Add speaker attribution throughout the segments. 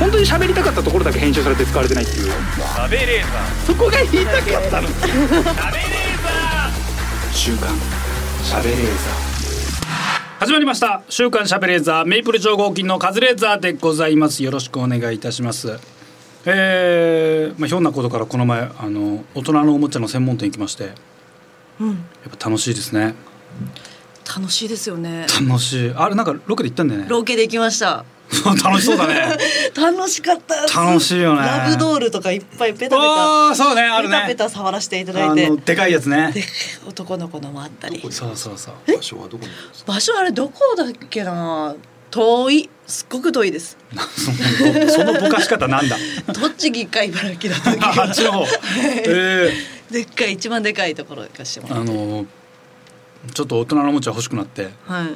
Speaker 1: 本当に喋りたかったところだけ編集されて使われてないっていう
Speaker 2: 食べれば
Speaker 1: そこが言いたかったの
Speaker 2: 食べれ
Speaker 1: 週刊しゃべレーザー始まりました週刊しゃべレーザーメイプル超合金のカズレーザーでございますよろしくお願いいたしますえー、まあひょんなことからこの前あの大人のおもちゃの専門店行きましてや
Speaker 3: うん、
Speaker 1: っぱ楽しいですね
Speaker 3: 楽しいですよね。
Speaker 1: 楽しいあれなんかロケで行ったんだよね
Speaker 3: ロケで行きました。
Speaker 1: 楽しそうだ ね
Speaker 3: 楽しかったです。
Speaker 1: 楽しいよね
Speaker 3: ラブドールとかいっぱいペタペタ。
Speaker 1: ああそうねある
Speaker 3: ペ
Speaker 1: ね
Speaker 3: タペタ触らせていただ
Speaker 1: あ
Speaker 3: いて
Speaker 1: の。でかいやつね
Speaker 3: で男の子のもあったり。
Speaker 1: そうそうそう
Speaker 4: 場所はどこにあるんですか
Speaker 3: 場所あれどこだっけな。遠い。すっごく遠いです。
Speaker 1: そのぼかし方 なんだ
Speaker 3: 栃木か茨城だった気
Speaker 1: あ
Speaker 3: が
Speaker 1: っちの方ええ
Speaker 3: でっかい一番でかいところ行かしても
Speaker 1: あ
Speaker 3: らって。
Speaker 1: のちょっと大人のおもちゃ欲しくなって
Speaker 3: はい。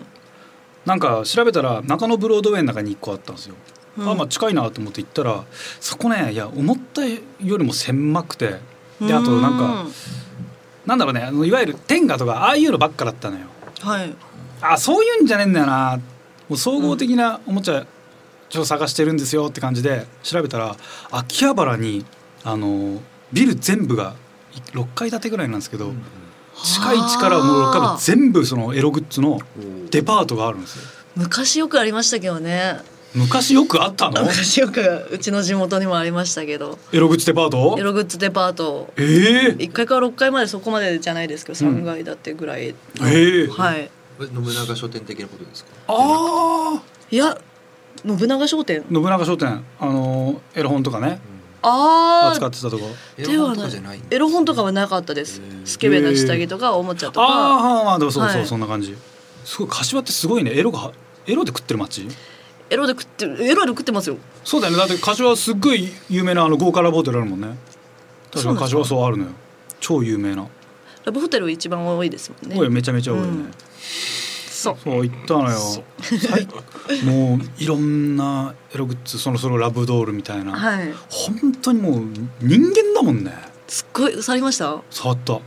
Speaker 1: なんか調べたら中野ブロードウェイの中に1個あったんですよ、
Speaker 3: うん
Speaker 1: あまあ近いなと思って行ったらそこねいや思ったよりも狭くてであとなんかなんだろうねあのいわゆる天下とかああいうのばっかだったのよ
Speaker 3: うん。はい。
Speaker 1: あそういうんじゃねえんだよなもう総合的なおもちゃちょっと探してるんですよって感じで調べたら秋葉原にあのビル全部が6階建てぐらいなんですけど、近い力をもう6階
Speaker 3: あ
Speaker 1: 部
Speaker 3: ー
Speaker 1: 全部そのエログッズのデパートがあるんですよ
Speaker 3: 昔よくありましたけどね。
Speaker 1: 昔よくあったの
Speaker 3: 昔よくうちの地元にもありましたけど。
Speaker 1: エログッズデパート
Speaker 3: エログッズデパート
Speaker 1: えー、
Speaker 3: 1階から6階までそこまでじゃないですけど3階だってぐらい、
Speaker 1: えー、
Speaker 3: はい
Speaker 4: これ信長書店的なことですか
Speaker 1: あー
Speaker 3: いや信長商店
Speaker 1: 信長商店あのーエロ本とかね
Speaker 3: あ
Speaker 1: 扱
Speaker 3: あ
Speaker 1: ってたとこ
Speaker 3: ではない
Speaker 4: ない
Speaker 3: エロ本とかはなかったですスケベな下着とかおもちゃとか
Speaker 1: あーあーでもそうそう、
Speaker 3: はい
Speaker 1: そんな感じすごい柏ってすごいねエロがエロで食ってる街
Speaker 3: エロで食ってるエロで食ってますよ
Speaker 1: そうだよねだって柏はすっごい有名なあの豪華ラブホテルあるもんね確かに柏はそうあるのよ超有名な、
Speaker 3: ラブホテル一番多いですもん
Speaker 1: おい
Speaker 3: ね
Speaker 1: めちゃめちゃ多いよね、
Speaker 3: うんそう
Speaker 1: そう行ったのよ最 もういろんなエログッズそろそろラブドールみたいな、
Speaker 3: はい
Speaker 1: 本当にもう人間だもんね
Speaker 3: すっごい触りましたも
Speaker 1: 触った
Speaker 3: う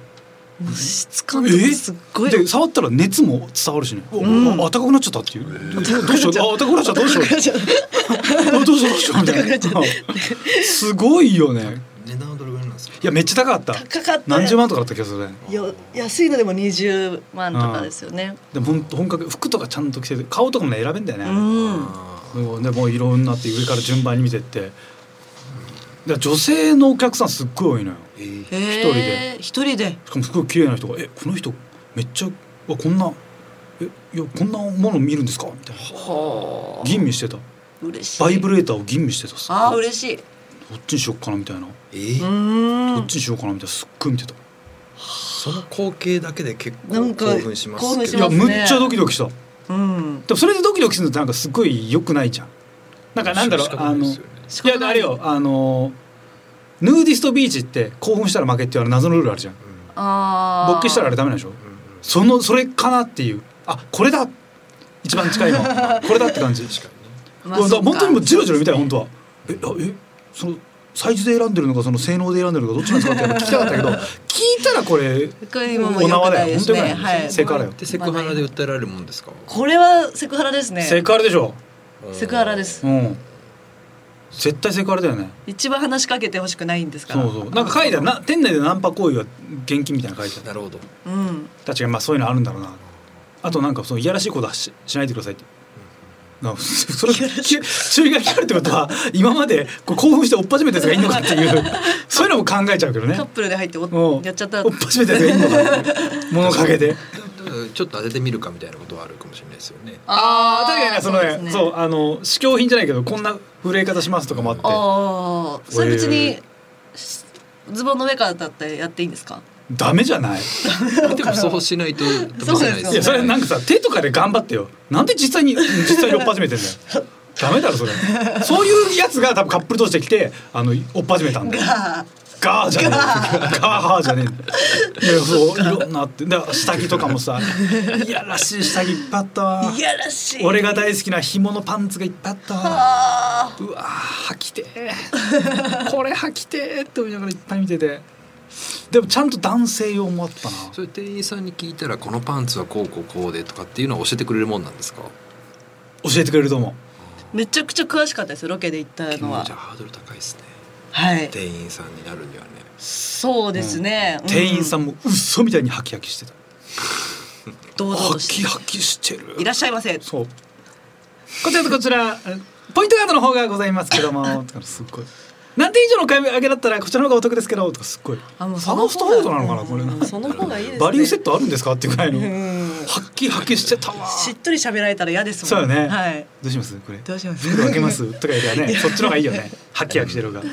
Speaker 3: 質感とかすっごい
Speaker 1: で触ったら熱も伝わるしね、
Speaker 3: うん
Speaker 1: ああ高くなっちゃったっていう、どうしようあ高くなっちゃったどうしよう
Speaker 3: ちょっと
Speaker 1: あどうしようどうしようみたいなすごいよね
Speaker 4: 値段はどれぐらいなんですか
Speaker 1: いやめっちゃ高かった
Speaker 3: 高かった
Speaker 1: 何十万とかだった気がするね
Speaker 3: よ安いのでも20万とかですよね
Speaker 1: でもほんと本格服とかちゃんと着てて顔とかもね選べんだよね
Speaker 3: う
Speaker 1: あれ、
Speaker 3: ん
Speaker 1: もうねもういろんなって上から順番に見てってで女性のお客さんすっごい多いのよ
Speaker 4: えー
Speaker 3: へー一人で
Speaker 1: しかもすごい綺麗な人が「えこの人めっちゃうわこんなえいやこんなもの見るんですか?」みたいな
Speaker 3: は
Speaker 1: 吟味してた
Speaker 3: 嬉しい
Speaker 1: バイブレーターを吟味してたすっ
Speaker 3: あー
Speaker 1: ごい
Speaker 3: 嬉しい
Speaker 1: どっちにしよっかなみたいな
Speaker 4: えー
Speaker 3: う
Speaker 1: どっ
Speaker 3: ん
Speaker 1: ちにしようかなみたいなすっごい見てた
Speaker 4: その光景だけで結構
Speaker 3: なんか
Speaker 4: 興奮しま
Speaker 3: 興
Speaker 4: す
Speaker 3: 奮
Speaker 4: け
Speaker 3: し
Speaker 1: い
Speaker 4: ど
Speaker 1: や
Speaker 3: ますね
Speaker 1: むっちゃドキドキしたで
Speaker 3: うん
Speaker 1: もそれでドキドキするのってなんかすっごい良くないじゃんなんかなんだろう
Speaker 4: 仕方
Speaker 1: あ
Speaker 4: ないで
Speaker 1: の
Speaker 4: すよね
Speaker 3: 仕
Speaker 1: い
Speaker 3: 方
Speaker 1: や
Speaker 3: ない
Speaker 1: あれよあのヌーディストビーチって興奮したら負けっていうあの謎のルールあるじゃん
Speaker 3: ああ
Speaker 1: 勃起したらあれダメなんでしょそのそれかなっていうあこれだ一番近いのこれだって感じ
Speaker 4: 確かに
Speaker 3: ま
Speaker 4: ね
Speaker 3: あ
Speaker 1: うんだ
Speaker 3: そ
Speaker 1: から
Speaker 3: っか
Speaker 1: 本当にもうジロジロ見たい本当はえあえそのサイズで選んでるのかその性能で選んでるのかどっちなんですかって聞きたかった けど聞いたらこれ
Speaker 3: これ今もう
Speaker 1: お縄
Speaker 3: 良くな
Speaker 1: だ
Speaker 3: い
Speaker 1: よ
Speaker 3: で
Speaker 1: 本
Speaker 3: す
Speaker 1: 当
Speaker 3: ね
Speaker 1: に良くな
Speaker 3: はい
Speaker 1: いセクハラよ
Speaker 4: でセクハラで訴えられるもんですか
Speaker 3: これはセクハラですね
Speaker 1: セクハラでしょ
Speaker 3: セクハラです
Speaker 1: うん絶対セクハラだよね
Speaker 3: 一番話しかけてほしくないんですから
Speaker 1: そうそうなんか書いてあるな店内でナンパ行為は現金みたいなの書いてある
Speaker 4: なるほど
Speaker 3: うん
Speaker 1: 確かにまあそういうのあるんだろうなあとなんかそのいやらしいことはししないでくださいって。な それ注注意が聞かれるってことは今までこう興奮して追っ始めたやつがいいのかっていう そういうのも考えちゃうけどね
Speaker 3: カップルで入って
Speaker 1: う
Speaker 3: お
Speaker 1: ん
Speaker 3: やっちゃった
Speaker 1: 追っ始めたやつがいいのかっていう物陰 で
Speaker 4: でもちょっと当ててみるかみたいなことはあるかもしれないですよ ね
Speaker 1: ああ確かにねそのねそう
Speaker 3: です
Speaker 1: あの試供品じゃないけどこんな震え方しますとかもあって
Speaker 3: ああそれ
Speaker 1: え
Speaker 3: 別にズボンの上からだったらやっていいんですか
Speaker 1: ダメじゃない
Speaker 4: でもそうしないと騙せないです
Speaker 1: いやそれなん
Speaker 4: か
Speaker 1: かさ手とかで頑張ってよなんで実際に実際に追っ始めてんだよダメだろそれそういうやつが多分カップルとして来てあの追っ始めたんだよ
Speaker 3: あ
Speaker 1: ガーじゃねえガーハーじゃねえんだよいやそういろんなあってだから下着とかもさいやらしい下着いっぱいあったわ
Speaker 3: ーいやらしい
Speaker 1: 俺が大好きな紐のパンツがいっぱいあったわ
Speaker 3: あ
Speaker 1: うわー履きてー これ履きてーって思いながらいっぱい見ててでもちゃんと男性用もあったな
Speaker 4: それ店員さんに聞いたらこのパンツはこうこうこうでとかっていうのは教えてくれるもんなんですか
Speaker 1: 教えてくれると思う
Speaker 3: ーめちゃくちゃ詳しかったですロケで行った
Speaker 4: 君
Speaker 3: の
Speaker 4: も
Speaker 3: は
Speaker 4: じゃあハードル高いですね
Speaker 3: はい
Speaker 4: 店員さんになるにはね
Speaker 3: そうですね、う
Speaker 1: 店員さ
Speaker 3: ん
Speaker 1: んも嘘みたいにハキハキしてた。
Speaker 3: 堂々
Speaker 1: ハ
Speaker 3: と
Speaker 1: キ
Speaker 3: して
Speaker 1: ハキしてる。
Speaker 3: いらっしゃいませ
Speaker 1: そう。こちらとこちら、ポイントガードの方がございますけども、とかすっごい。何点以上の買い上げだったらこちらの方がお得ですけど、とかすっごい。
Speaker 3: あもう
Speaker 1: ファ
Speaker 3: その
Speaker 1: ーストフードなのかな、
Speaker 3: うん
Speaker 1: これな。
Speaker 3: その方がいいですね
Speaker 1: バリューセットあるんですかっていうぐらいの。
Speaker 3: う
Speaker 1: は
Speaker 3: ん
Speaker 1: っきりはっきりしてたわ。
Speaker 3: しっとり喋られたら嫌です
Speaker 1: そう
Speaker 3: も
Speaker 1: よ
Speaker 3: ん
Speaker 1: ね。
Speaker 3: はい
Speaker 1: どうしますこれ。
Speaker 3: どうします
Speaker 1: 袋開け ますとか言えばね、そっちの方がいいよね。はっきりはっきりしてる方が。で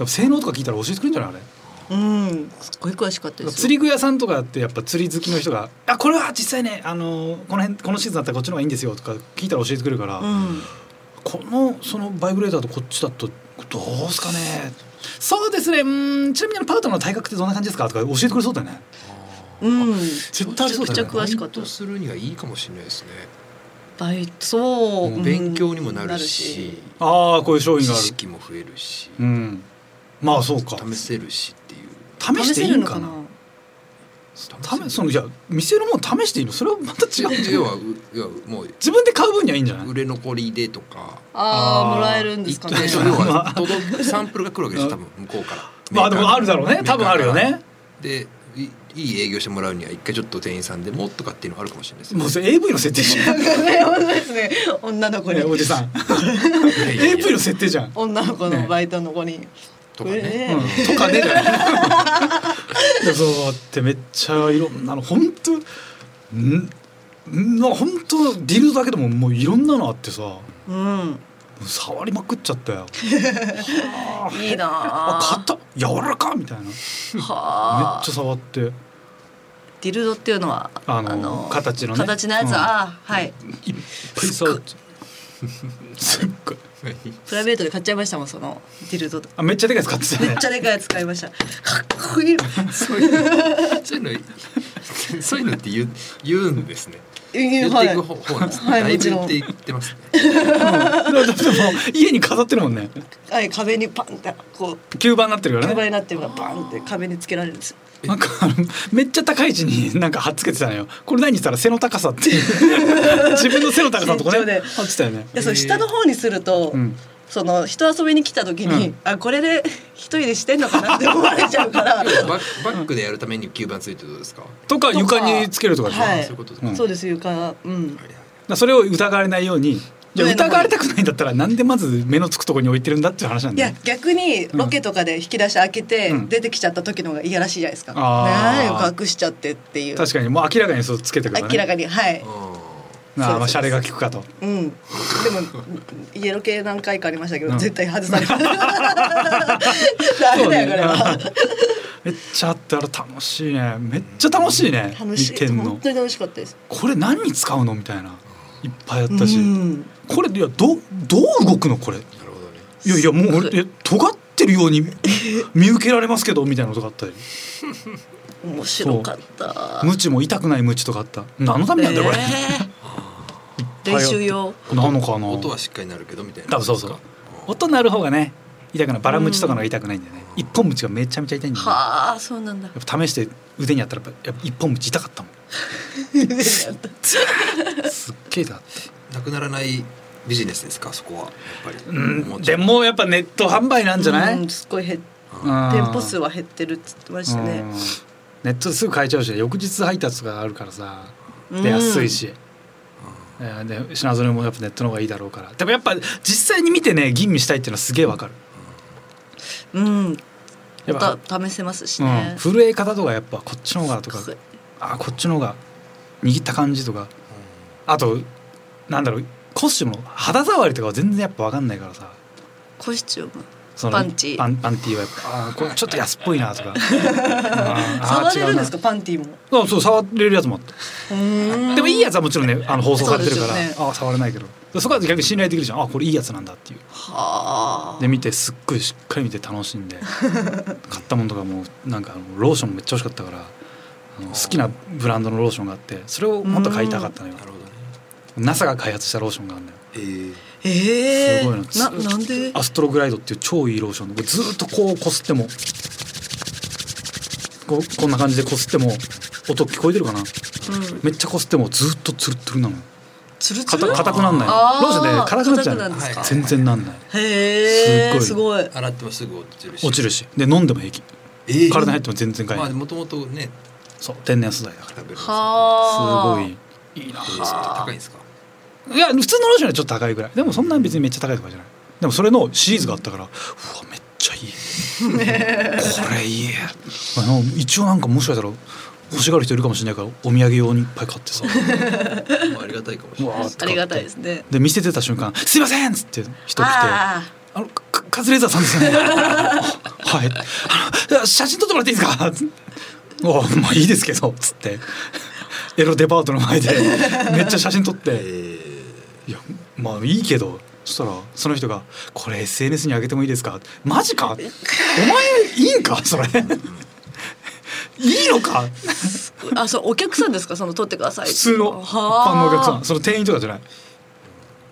Speaker 1: も性能とか聞いたら教えてくれるんじゃないあれ。
Speaker 3: うんすっごい詳しかったですよ
Speaker 1: 釣り具屋さんとかってやっぱ釣り好きの人が「あこれは実際ねあのこの辺このシーズンだったらこっちの方がいいんですよ」とか聞いたら教えてくれるから、
Speaker 3: うん
Speaker 1: このそのバイブレーターとこっちだとどうすかねそうですねうーんちなみにあのパートナーの体格ってどんな感じですかとか教えてくれそうだよね
Speaker 3: うん
Speaker 1: 絶対ありそうだよね
Speaker 3: めちゃくちゃ詳しかった
Speaker 4: バイトするにはいいかもしれないですね
Speaker 3: バイトそう
Speaker 4: も
Speaker 3: う
Speaker 4: うん勉強にもなるし
Speaker 1: ああこういう商
Speaker 4: 知
Speaker 1: 品がある
Speaker 4: 識も増えるし
Speaker 1: うんまあそうか
Speaker 4: 試せるしっていう
Speaker 3: なる
Speaker 1: 試し
Speaker 3: し
Speaker 1: て
Speaker 3: 試せ
Speaker 1: いい
Speaker 3: る
Speaker 1: ん
Speaker 3: の
Speaker 1: か
Speaker 3: か
Speaker 1: な
Speaker 3: な
Speaker 1: 試そのいや店のもん試していいのそれはまた違うんだ
Speaker 4: 要
Speaker 1: よ
Speaker 4: はう要はもう
Speaker 1: 自分で買う分にはいいんじゃない
Speaker 4: 売れ残りでとか
Speaker 1: あー
Speaker 3: あーもらえるんですかね
Speaker 1: いっ
Speaker 4: 要
Speaker 1: と
Speaker 4: は届くサンプルが来るわ けでしょ多分向こうから
Speaker 1: まあでもあるだろうね多分あるよね
Speaker 4: でいいい営業してもらうには一回ちょっと店員さんでもとかっていうのがあるかもしれないです
Speaker 1: もうそれ AV の設定じゃんね
Speaker 3: 本当です ね女の子に
Speaker 1: おじさん AV の設定じゃん
Speaker 3: 女の子
Speaker 1: ね
Speaker 3: のバイトの子に、
Speaker 4: とかね
Speaker 3: これ
Speaker 1: うんとかねじゃないいやそうってめっちゃいろんなの本当んんな本当リルだけでももういろんなのあってさも
Speaker 3: うん
Speaker 1: う触りまくっちゃったよ
Speaker 3: いいな
Speaker 1: あ
Speaker 3: あ
Speaker 1: 硬っ柔らかみたいなめっち
Speaker 3: は
Speaker 1: ゃ
Speaker 3: あ
Speaker 1: 触って
Speaker 3: ディルドっていうのは
Speaker 1: あの形のね
Speaker 3: 形のやつ、
Speaker 1: うん
Speaker 3: ああはい
Speaker 1: いっぱい触ってすっごい
Speaker 3: プライベートで買っちゃいましたもんそのディルド
Speaker 1: あめっちゃでかいやつ買ってた
Speaker 3: め
Speaker 1: ね
Speaker 3: っちゃでかいやつ買いましたかっこいい
Speaker 4: そういうそういうのそういうのって言う言うんですね言っていく方方なんですね
Speaker 3: はい
Speaker 4: だい
Speaker 3: も
Speaker 4: ぶ
Speaker 3: ちろ
Speaker 4: 言
Speaker 3: ん
Speaker 4: っていってますね
Speaker 1: うんだってもう家に飾ってるもんね
Speaker 3: はい、壁にパンってこう
Speaker 1: 吸盤になってるから
Speaker 3: 巨大
Speaker 1: ね
Speaker 3: になってるからバンって壁につけられるんですよ
Speaker 1: なんかあのめっちゃ高い位置になんか貼っつけてたのよこれ何にしたら背の高さって 自分の背の高さのとこ
Speaker 3: 身長
Speaker 1: ね
Speaker 3: で
Speaker 1: 貼ってたよね
Speaker 3: でそれ下の方にすると、
Speaker 1: うん
Speaker 3: その人遊びに来た時に、
Speaker 1: うん
Speaker 3: あこれで一人でしてんのかなって思われちゃうから
Speaker 4: バッバックでやるために吸盤ついてるってことですか
Speaker 1: とか床につけるとかでしょ
Speaker 3: はい
Speaker 4: そういうことですか、
Speaker 1: うん
Speaker 3: そうです床うん
Speaker 1: だからそれを疑われないようにいや
Speaker 3: 上の方に
Speaker 1: 疑われたくないんだったらなんでまず目のつくところに置いてるんだっていう話なん
Speaker 3: い
Speaker 1: だ
Speaker 3: や
Speaker 1: よね
Speaker 3: 逆にロケとかで引き出し開けて
Speaker 1: うん
Speaker 3: 出てきちゃった時の方がいやらしいじゃないですか、
Speaker 1: んあー
Speaker 3: 何を隠しちゃってっていう
Speaker 1: 確かにもう明らかにそうつけてくからね
Speaker 3: 明らかにはい
Speaker 1: ああまあシャ
Speaker 3: そうで
Speaker 1: レ
Speaker 3: す
Speaker 1: が効くかと
Speaker 3: うん、でも家ロケ何回かありましたけど、
Speaker 1: うん
Speaker 3: 絶対 外されますダメだよこれは、
Speaker 1: めっちゃあってあれ楽しいねめっちゃ楽しいね
Speaker 3: 楽し
Speaker 1: 見
Speaker 3: い
Speaker 1: てん
Speaker 3: 本
Speaker 1: の
Speaker 3: 当に楽しかったです
Speaker 1: これ何に使うのみたいないっぱいあったし
Speaker 3: うん
Speaker 1: これいやどどう動くのこれ
Speaker 4: なるほどね
Speaker 1: いやいやもう俺え尖ってるように見受けられますけどみたいなことがあったり
Speaker 3: 面白かった
Speaker 1: ムチも痛くないムチとかあった何のためなんだよこれ、
Speaker 3: えー練習用
Speaker 1: なのかな
Speaker 4: 音はしっかりなるけどみたいな
Speaker 1: 多分そうそう音鳴る方がね痛くないバラムチとかの方が痛くないんだよね、
Speaker 4: うん
Speaker 1: 一本ムチがめちゃめちゃ痛いんだよ、ね、や
Speaker 3: はあそうなんだ
Speaker 1: っぱ試して腕にやったらやっぱやっぱ一本ムチ痛かったもんすっげえ痛かった
Speaker 4: なくならないビジネスですかそこはやっぱり、
Speaker 1: うん
Speaker 4: う
Speaker 1: で
Speaker 4: ちょっと
Speaker 1: もやっぱネット販 売なんじゃない、
Speaker 3: うんすごい減っ
Speaker 1: うん
Speaker 3: 店舗数は減ってるっつってました
Speaker 1: うん
Speaker 3: ね
Speaker 1: ネットですぐ買えちゃうし翌日配達とかあるからさ
Speaker 3: うん
Speaker 1: で安いし、えーで品揃えもやっぱネットの方がいいだろうからでもやっぱ実際に見てね吟味したいっていうのはすげえわかる
Speaker 3: うん
Speaker 1: やっぱ
Speaker 3: ま、た試せますし
Speaker 1: うん、
Speaker 3: ね
Speaker 1: 震え方とかやっぱこっちの方がとか
Speaker 3: すごい
Speaker 1: あーこっちの方が握った感じとかあとなんだろうコスチュームの肌触りとかは全然やっぱわかんないからさ
Speaker 3: コスチューム
Speaker 1: その
Speaker 3: パンチ
Speaker 1: パンパンティーはやっぱあーこれちょっと安っぽい なとかうんあー
Speaker 3: 触れるんですか
Speaker 1: 違う
Speaker 3: パンティーも
Speaker 1: なあそう触れるやつもあったでもいいやつはもちろんねあの放送されてるから、
Speaker 3: そうですよ
Speaker 1: あ触れないけどそこは逆に信頼できるじゃんあこれいいやつなんだっていう
Speaker 3: はあ
Speaker 1: で見てすっごいしっかり見て楽し んで買ったものとかもうなんかあのローションめっちゃ美味しかったからあの好きなブランドのローションがあってそれをもっと買いたかったのよ
Speaker 4: なるほどね
Speaker 1: NASA が開発したローションがあるのよ
Speaker 4: えー
Speaker 3: ええ
Speaker 1: すごいの
Speaker 3: ななんで
Speaker 1: アストログライドっていう超いいローションでずーっとこうこすってもこうこんな感じでこすっても音聞こえてるかな、めっちゃこすってもずーっとツルッツルなのよ
Speaker 3: つるつ
Speaker 1: か
Speaker 3: る
Speaker 1: た硬くなんない
Speaker 3: あー
Speaker 1: ロースで硬くなっちゃう
Speaker 3: 硬くなるん
Speaker 4: ですか
Speaker 1: 全然なんない
Speaker 3: へえ
Speaker 1: す
Speaker 3: す
Speaker 1: ご
Speaker 3: ごい
Speaker 4: 洗ってもすぐ落ちるし
Speaker 1: 落ちるしで飲んでも平気
Speaker 4: えー
Speaker 1: 体に入っても全然かい
Speaker 4: まあもともとね
Speaker 1: そう天然素材だから
Speaker 4: 食べるんですけど
Speaker 3: はあ
Speaker 1: すごいいいな
Speaker 4: えーそれ高いんですか
Speaker 1: いや普通のローションよりちょっと高いぐらいでもそんなに別にめっちゃ高いとかじゃないでもそれのシリーズがあったからうわめっちゃいいこれいいあの一応なんかもしかしたら欲しがる人いるかもしれないからお土産用にいっぱい買ってさ
Speaker 4: まあありがたいかもし
Speaker 1: う
Speaker 4: れない
Speaker 1: わーって買って
Speaker 3: ありがたいですね
Speaker 1: で見せてた瞬間「すいません!」っつって人来て
Speaker 3: あ
Speaker 1: あのカカズレーザーさんですよね。はい。あの写真撮ってもらっていいですか。つっておまあいいですけどつってエロデパートの前でめっちゃ写真撮って
Speaker 4: え
Speaker 1: いやまあいいけどそしたらその人がこれ SNS に上げてもいいですか。マジか。お前いいんかそれ。いいのか
Speaker 3: ーあそうお客さんですかその撮ってください
Speaker 1: 普通の一般のお客さんその店員とかじゃない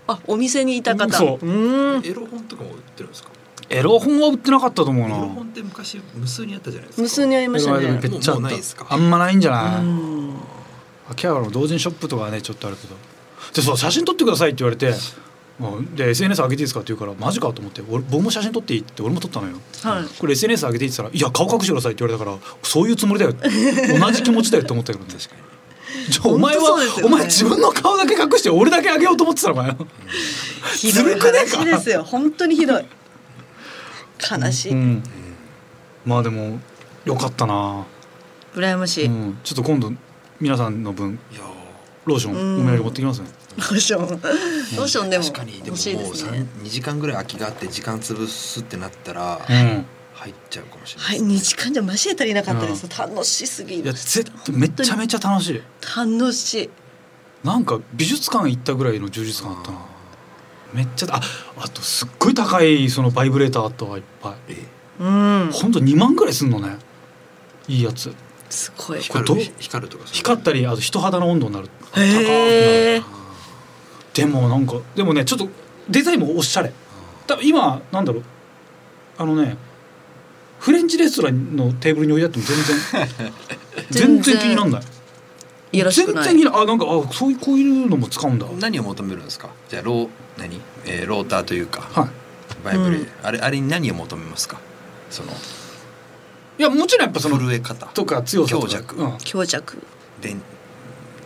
Speaker 3: あお店にいた方
Speaker 1: そう
Speaker 3: ーん
Speaker 4: ーエロ本とかも売ってるんですか
Speaker 1: エロ本は売ってなかったと思う
Speaker 4: エロ本
Speaker 1: な
Speaker 4: って昔無数にあったじゃないですか
Speaker 3: 無数にありました
Speaker 1: エロ本
Speaker 3: ね
Speaker 1: めっちゃあ
Speaker 4: もう
Speaker 1: っ
Speaker 4: もうないですか
Speaker 1: たあんまないんじゃな
Speaker 3: う
Speaker 1: い
Speaker 3: ん
Speaker 1: 秋葉原の同人ショップとかはねちょっとあるけどでそう写真撮ってくださいって言われてうんで SNS 上げていいですかって言うからマジかと思って俺僕も写真撮っていいって俺も撮ったのよ
Speaker 3: はい
Speaker 1: これ SNS 上げていいって言ったら「いや顔隠してください」って言われたからそういうつもりだよ同じ気持ちだよって思ったけどね
Speaker 4: 確かに
Speaker 1: じゃあお前
Speaker 3: 本当
Speaker 1: は、
Speaker 3: そうですよ
Speaker 1: お
Speaker 3: ね
Speaker 1: 前自分の顔だけ隠して俺だけ上げようと思ってたのかよ
Speaker 3: ひどい話ですよ本当にひどい悲しい、
Speaker 1: うん、まあでもよかったな、
Speaker 3: 羨まし
Speaker 1: う
Speaker 3: い、
Speaker 1: ん、ちょっと今度皆さんの分
Speaker 4: いや
Speaker 1: ローションお土産持ってきますね
Speaker 3: ローションローションで
Speaker 4: ー
Speaker 3: も
Speaker 4: 確かにでも
Speaker 3: 欲しいで
Speaker 4: もう
Speaker 3: す
Speaker 4: 三
Speaker 3: ね
Speaker 4: 2時間ぐらい空きがあって時間潰すってなったら
Speaker 1: うん
Speaker 4: 入っちゃうかもしれな
Speaker 3: はいい
Speaker 4: ですね
Speaker 3: 2時間じゃマジで足りなかったです、楽しすぎ
Speaker 1: いや
Speaker 3: る
Speaker 1: 絶対めっちゃめちゃ楽しい
Speaker 3: 楽しい
Speaker 1: なんか美術館行ったぐらいの充実感あったなめっちゃああとすっごい高いそのバイブレーターあったわいっぱい
Speaker 4: え
Speaker 3: うん
Speaker 1: ほんと2万ぐらいすんのねいいやつ
Speaker 3: すごい
Speaker 4: ー
Speaker 1: こ
Speaker 4: 光
Speaker 1: れ
Speaker 4: る
Speaker 1: ど
Speaker 4: 光るとかそういう
Speaker 1: 光ったりあと人肌の温度になる
Speaker 3: へえ
Speaker 1: でもなんかでもねちょっとデザインもおしゃれ多分今なんだろうあのねフレンチレストランのテーブルに置いてあっても全然全
Speaker 3: 全然
Speaker 1: 然気になんない
Speaker 3: よろし
Speaker 1: 全
Speaker 3: く
Speaker 1: 然
Speaker 3: な
Speaker 1: 気に
Speaker 3: い
Speaker 1: なんないあなんかあそういうこういうのも使うんだはい
Speaker 4: 何を求めるんですかじゃあロー何、えー、ローターというか、バイブレ、
Speaker 3: うん
Speaker 4: あれあれに何を求めますかその
Speaker 1: いやもちろんやっぱその
Speaker 4: 震え方
Speaker 1: とか強さとか
Speaker 4: 強弱
Speaker 1: うん
Speaker 3: 強弱
Speaker 4: 電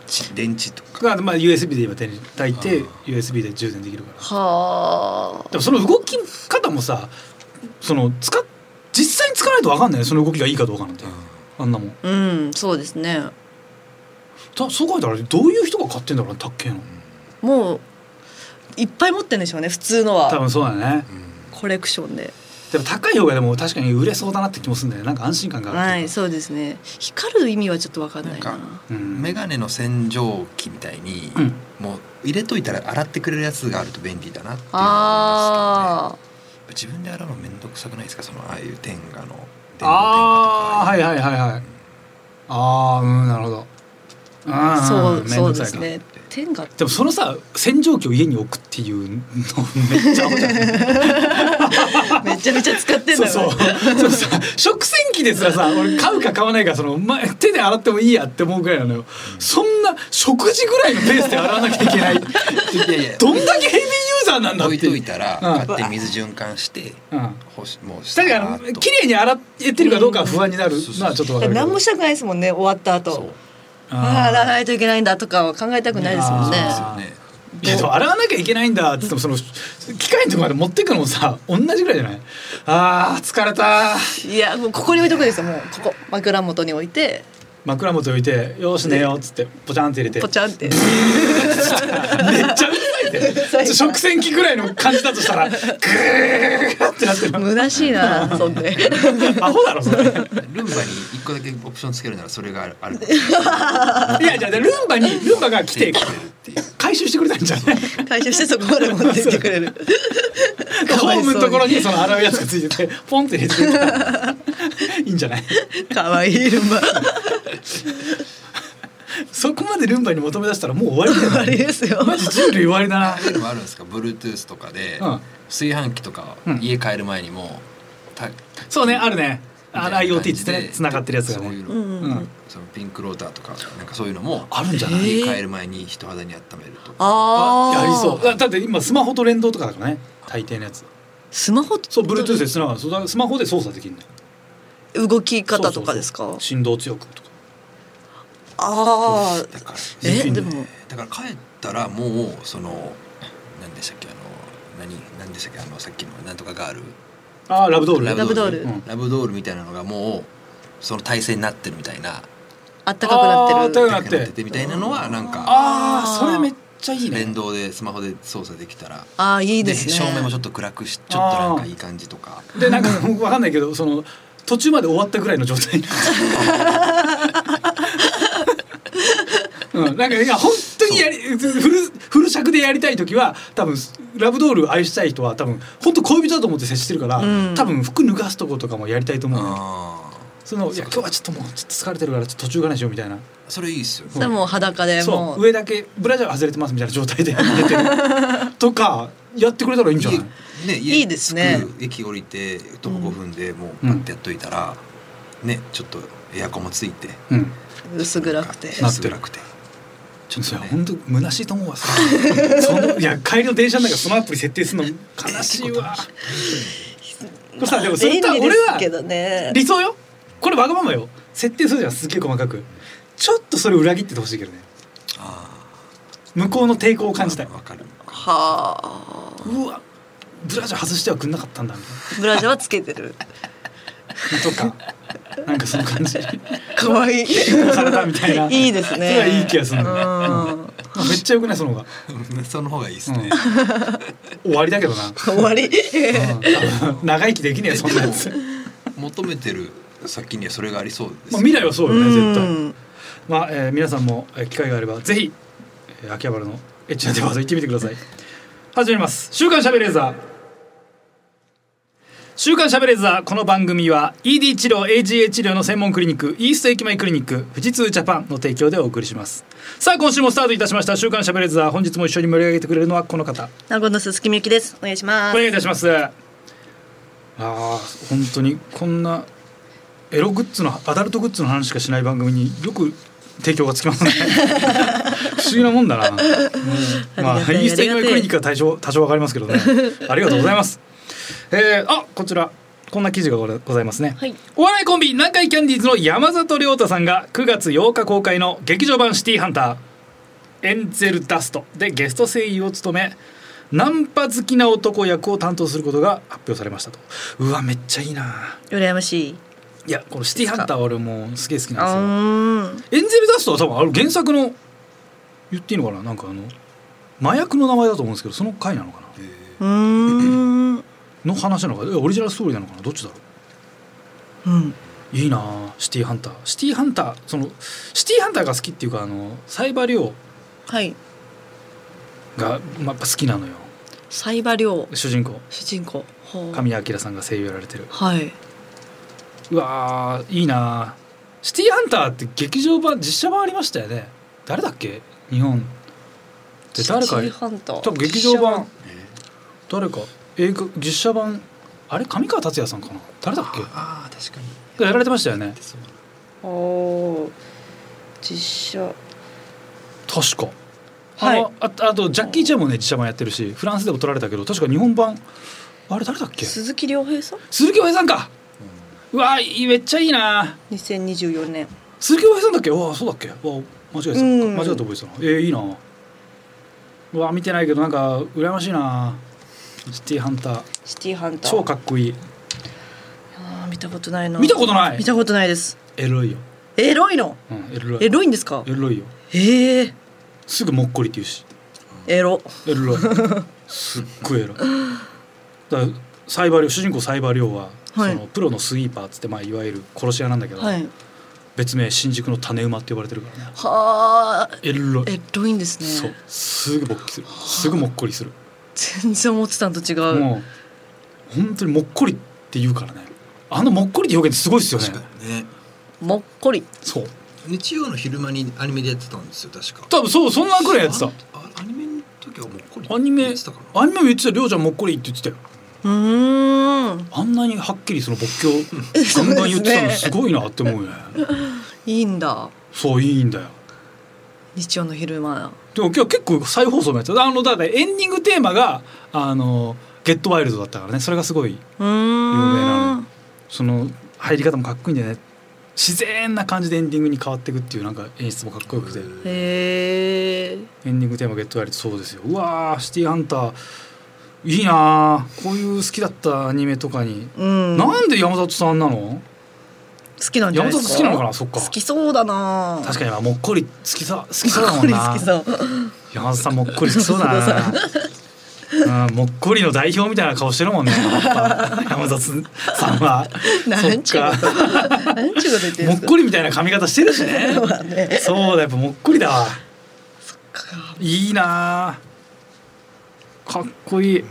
Speaker 4: 池電池とか
Speaker 1: だからまあ USB で今手に抱いて
Speaker 4: あ
Speaker 1: USB で充電できるから
Speaker 3: はあ
Speaker 1: でもその動き方もさその使っ実際に使わないと分かんないねその動きがいいかどうかなんてあんなもん
Speaker 3: うんそうですね
Speaker 1: たそう考えたらどういう人が買ってんだろうなたっけえの
Speaker 3: もういっぱい持ってるんでしょうね普通の
Speaker 1: 多
Speaker 3: は
Speaker 1: 分そうだね
Speaker 3: コレクションで
Speaker 1: でも高い方がでも確かに売れそうだなって気もするんだよねなんか安心感がある
Speaker 3: は
Speaker 1: とう
Speaker 3: い
Speaker 1: か
Speaker 3: そうですね光る意味はちょっとわかんないな
Speaker 4: なんか
Speaker 1: うん
Speaker 4: メガネの洗浄機みたいに、
Speaker 1: うん
Speaker 4: もう入れといたら洗ってくれるやつがあると便利だなっていうのは
Speaker 3: ああ
Speaker 4: 思いますけどね自分で洗うの面倒くさくないですかそのああいう天下の
Speaker 1: ああはい
Speaker 4: い
Speaker 1: はいはいはいああうんなるほどあ
Speaker 3: そうそうです
Speaker 1: か
Speaker 3: ね天下
Speaker 1: でもそのさ洗浄機を家に置くっていうのめっちゃアホじゃない
Speaker 3: めちゃめちゃ使ってん
Speaker 1: そう
Speaker 3: だよ
Speaker 1: そうそうさ食洗機ですらさ俺買うか買わないかその、ま、手で洗ってもいいやって思うぐらいなのよ、そんな食事ぐらいのペースで洗わなきゃい けない
Speaker 4: いやいや
Speaker 1: どんだけヘビーユーザーなんだってい
Speaker 4: 置いうといたら
Speaker 1: うん
Speaker 4: 買って水循環して
Speaker 1: うん
Speaker 4: 干しもう
Speaker 1: だからあの綺麗に洗えてるかどうかは不安になるのはちょっとわかるけど
Speaker 3: 何もしたくないですもんね終わった後ああ洗わないといけないんだとかは考えたくないですもんね
Speaker 1: あ
Speaker 4: ね
Speaker 1: いやでも洗わなきゃいけないんだっつってもその機械のとこまで持ってくのもさ同じぐらいじゃないあー疲れた
Speaker 3: いやもうここに置いとくですよもうここ枕元に置いて
Speaker 1: 枕元置いて「よーし寝よう」っつってポチャンって入れて
Speaker 3: ポチャン って
Speaker 1: めっちゃうるさいって食洗機ぐらいの感じだとしたらグーってなってる
Speaker 3: 虚しいなそんで
Speaker 1: アホだろそれい
Speaker 4: ルンバに一個だけオプションつけるならそれがあるある
Speaker 1: やじゃあルンバにルンバが来て回収してくれたんじゃない
Speaker 3: 回収してそこまで持ってってく れるか
Speaker 1: ホ
Speaker 3: わい
Speaker 1: ー
Speaker 3: そう
Speaker 1: ム
Speaker 3: に
Speaker 1: のところにその洗うやつがついててポンって入れてくれたらいいんじゃない
Speaker 3: 可愛いルンバ
Speaker 1: そこまでルンバに求め出したらもう終わりだよ
Speaker 3: あれです よ
Speaker 1: マジ人類終わりだな
Speaker 4: そういうのもあるんですか Bluetooth とかで、
Speaker 1: うん
Speaker 4: 炊飯器とか
Speaker 1: うん
Speaker 4: 家帰る前にもうた
Speaker 1: そうねあるねあ IoT ってね繋がってるやつがね
Speaker 4: そういうの、
Speaker 5: うんうんうん
Speaker 4: そのピンクローターとかなんかそういうのも
Speaker 1: あるんじゃない
Speaker 4: 家帰る前に人肌に温めるとか
Speaker 5: ああ
Speaker 1: やりそうあだって今スマホと連動とかだからね大抵のやつ
Speaker 5: スマホ
Speaker 1: そう Bluetooth で繋がるそうだからスマホで操作できるんだよ
Speaker 5: 動き方とかです
Speaker 1: そうそう
Speaker 5: か
Speaker 1: そう振動強くとか
Speaker 5: あ
Speaker 4: だ
Speaker 5: あ
Speaker 4: から
Speaker 1: で
Speaker 5: え
Speaker 1: きん
Speaker 5: で
Speaker 1: ね
Speaker 5: も
Speaker 4: だから帰ったらもうその何でしたっけあの何何でしたっけあのさっきのなんとかガール
Speaker 1: ああラブドール
Speaker 5: ラブドール
Speaker 1: うん
Speaker 4: ラブドールみたいなのがもうその体勢になってるみたいな
Speaker 5: あったかくなっ
Speaker 1: あー
Speaker 5: て
Speaker 1: 高
Speaker 5: る
Speaker 1: くなって
Speaker 4: 高くなってみたいなのはなんか
Speaker 1: ああそれめっちゃいいね
Speaker 4: 連動でスマホで操作できたら
Speaker 5: ああいいですね
Speaker 4: 照明もちょっと暗くしちょっとなんかいい感じとか
Speaker 1: でなんか 分かんないけどその途中まで終わったぐらいの状態うん、なんかいや本当にやりフルフル尺でやりたい時は多分ラブドール愛したい人は多分本当恋人だと思って接してるから、
Speaker 5: うん
Speaker 1: 多分服脱がすとことかもやりたいと思うのよ
Speaker 4: あー
Speaker 1: そのいや今日はちょっともうちょっと疲れてるからちょっと途中がないしようみたいな
Speaker 4: それいいっすよね
Speaker 5: それもう裸で
Speaker 1: そ
Speaker 5: も
Speaker 1: う上だけブラジャー外れてますみたいな状態で出てるとかやってくれたらいいんじゃない
Speaker 4: 家ね
Speaker 5: いいですね
Speaker 4: 着く駅降りて徒歩
Speaker 5: うん
Speaker 4: 5分でもうパッてやっといたら、ねちょっとエアコンもついて
Speaker 1: うん
Speaker 5: 薄暗くて
Speaker 1: な
Speaker 4: な
Speaker 1: っ
Speaker 4: ってて
Speaker 1: る
Speaker 4: なくて
Speaker 1: ちょっとそれ
Speaker 4: ね
Speaker 1: 本当虚しいと思うわ。それそのいや帰りの電車の中でそのアプリ設定するの悲しいわ。これさでもそれ
Speaker 5: 便
Speaker 1: と
Speaker 5: 利で
Speaker 1: 俺
Speaker 5: すけ
Speaker 1: は
Speaker 5: どね
Speaker 1: 理想よ。これわがままよ。設定するじゃんすっげえ細かく。ちょっとそれ裏切っててほしいけどね。
Speaker 4: あ
Speaker 1: 向こうの抵抗を感じたい
Speaker 4: あ。わかる
Speaker 5: はあ
Speaker 1: うわブラジャー外してはくんなかったんだみ
Speaker 5: ブラジャーはつけてる
Speaker 1: たいなとかなんかその感じ。
Speaker 5: 可愛いい
Speaker 1: されたみたいな。
Speaker 5: いいですね
Speaker 1: それはいい気がする
Speaker 5: う
Speaker 1: のよ。
Speaker 5: ん
Speaker 1: めっちゃ良くないその方が。
Speaker 4: その方がいいです
Speaker 1: う
Speaker 4: ね、
Speaker 1: ん終わりだけどな。
Speaker 5: 終わり
Speaker 1: うん長生きできねえよそんなやつ。
Speaker 4: 求めてる先にはそれがありそうです、
Speaker 1: まあ、未来はそうよね絶
Speaker 5: う
Speaker 1: 対、
Speaker 5: ん
Speaker 1: まあえー皆さんもえー機会があればぜひ、えー秋葉原のエッチなデパート行ってみてください始めます「週刊しゃべレーザー」週刊しゃべレーザーこの番組は ED 治療 AGA 治療の専門クリニックイースト駅前クリニック富士通ジャパンの提供でお送りしますさあ今週もスタートいたしました週刊しゃべレーザー本日も一緒に盛り上げてくれるのはこの方
Speaker 5: 名古屋の鈴木みゆきですお願いしま
Speaker 1: お
Speaker 5: す
Speaker 1: 願いいたしますああ本当にこんなエログッズのアダルトグッズの話しかしない番組によく提供がつ きますね不思議なもんだな、うんまあ
Speaker 5: ありがたい
Speaker 1: イースタイ
Speaker 5: ありがたい
Speaker 1: クリニックは多少多少わかりますけどねありがとうございますえー、あこちらこんな記事がございますね、
Speaker 5: はい
Speaker 1: お笑いコンビ南海キャンディーズの山里亮太さんが9月8日公開の劇場版「シティハンター」エンゼルダストでゲスト声優を務めナンパ好きな男役を担当することが発表されましたとうわめっちゃいいな
Speaker 5: 羨ましい
Speaker 1: いやこのシティハンターは俺もうすげえ好き
Speaker 5: あ
Speaker 1: なんで
Speaker 5: ーん
Speaker 1: すよエンゼルダストは多分あの原作の言っていいのかななんかあの麻薬の名前だと思うんですけどその回なのか
Speaker 4: え
Speaker 5: うーん
Speaker 1: なの話なのかいやオリジナルストーリーなのかなどっちだろ
Speaker 5: うん
Speaker 1: ういいなシティハンターシティハンターそのシティハンターが好きっていうかあのサイバー量
Speaker 5: はい
Speaker 1: が、まあ、やっぱ好きなのよ
Speaker 5: サイバリョウ
Speaker 1: 主人公
Speaker 5: 主人公ほう
Speaker 1: 神谷明さんが声優やられてる
Speaker 5: はいう
Speaker 1: わーいいなーシティハンターって劇場版実写版ありましたよね誰だっけ日本で誰か
Speaker 5: シティハンター
Speaker 1: 多分劇場版
Speaker 4: ーえー
Speaker 1: 誰か映画実写版あれ上川達也さんかな誰だっ
Speaker 4: ああ確かに
Speaker 1: けやられてましたよね
Speaker 4: そう
Speaker 5: おー実写
Speaker 1: 確か
Speaker 5: はい
Speaker 1: あのああとジャッキー・チェンもね実写版やってるしフランスでも撮られたけど確か日本版あれ誰だっけ鈴
Speaker 5: 鈴木亮平さん
Speaker 1: 木お平さんかうわーいいめっちゃいいな
Speaker 5: 2024年
Speaker 1: 鈴木お平さんだっけうわーそうだっけうわー間違えてた
Speaker 5: うん
Speaker 1: 間違えて覚えてたなえー、いいなうわー見てないけどなんか羨ましいなシティハンター
Speaker 5: シティハンター
Speaker 1: 超かっこいい
Speaker 5: あー見たことないな
Speaker 1: 見たことない
Speaker 5: 見たことないです
Speaker 1: エロいよ、
Speaker 5: エロいの
Speaker 1: うん、エロい
Speaker 5: エロいんですか
Speaker 1: エロいよ
Speaker 5: ええ
Speaker 1: すぐもっこりって言うし
Speaker 5: エロ
Speaker 1: エロいすっごいエロいだからサイバー量主人公サイバー量は、
Speaker 5: はい
Speaker 1: そのプロのスイーパーっつって、まあ、いわゆる殺し屋なんだけど、
Speaker 5: はい
Speaker 1: 別名新宿の種馬って呼ばれてるからね
Speaker 5: はあ
Speaker 1: エロい
Speaker 5: エロいんですね
Speaker 1: そうすぐ勃起するすぐもっこりする
Speaker 5: 全然思ってたんと違う
Speaker 1: もう本当にもっこりって言うからねあのもっこりって表現ってすごいですよ
Speaker 4: 確
Speaker 1: ね
Speaker 4: かにね
Speaker 5: もっこり
Speaker 1: そう
Speaker 4: 日曜の昼間にアニメでやってたんですよ確か
Speaker 1: 多分そうそんなぐらいやってた
Speaker 4: ああアニメの時はもっこり
Speaker 1: アニメ
Speaker 4: やってたかな
Speaker 1: アニメも言ってたりょうちゃんもっこりって言ってたよ
Speaker 3: うーん。
Speaker 1: あんなにはっきりその仏教ガンガン言ってたのすごいなって思うよね。
Speaker 3: いいんだ。
Speaker 1: そういいんだよ。
Speaker 3: 日曜の昼間。
Speaker 1: でも今日結構再放送のやつあのだってエンディングテーマがあのゲットワイルドだったからねそれがすごいう
Speaker 3: ー
Speaker 1: 有
Speaker 3: ん。
Speaker 1: 名なのその入り方もかっこいいんだよね自然な感じでエンディングに変わっていくっていうなんか演出もかっこよくて
Speaker 3: へえ。
Speaker 1: エンディングテーマゲットワイルドそうですようわーシティハンターいいなーこういう好きだったアニメとかに、
Speaker 3: うん。好
Speaker 1: なんで山里さんなの
Speaker 3: きなんじゃな
Speaker 1: 山
Speaker 3: いで
Speaker 1: 里
Speaker 3: すか。
Speaker 1: 好きなのかなそっか
Speaker 3: 好きそうだな。
Speaker 1: 確か
Speaker 3: か
Speaker 1: にまあもっこり好きさ好きそうだもんな
Speaker 3: 好きそう。
Speaker 1: 山里さんもっこり好きそうだなうん、もっこりの代表みたいな顔してるもんねやっぱ山里さんは
Speaker 3: なんちゅう
Speaker 1: そっか
Speaker 3: こと。なんちゅうこと言ってる
Speaker 1: も
Speaker 3: ん
Speaker 1: っ
Speaker 3: ですか。
Speaker 1: こりみたいな髪型してるしねそうだやっぱもっこりだわいいなあかっこいい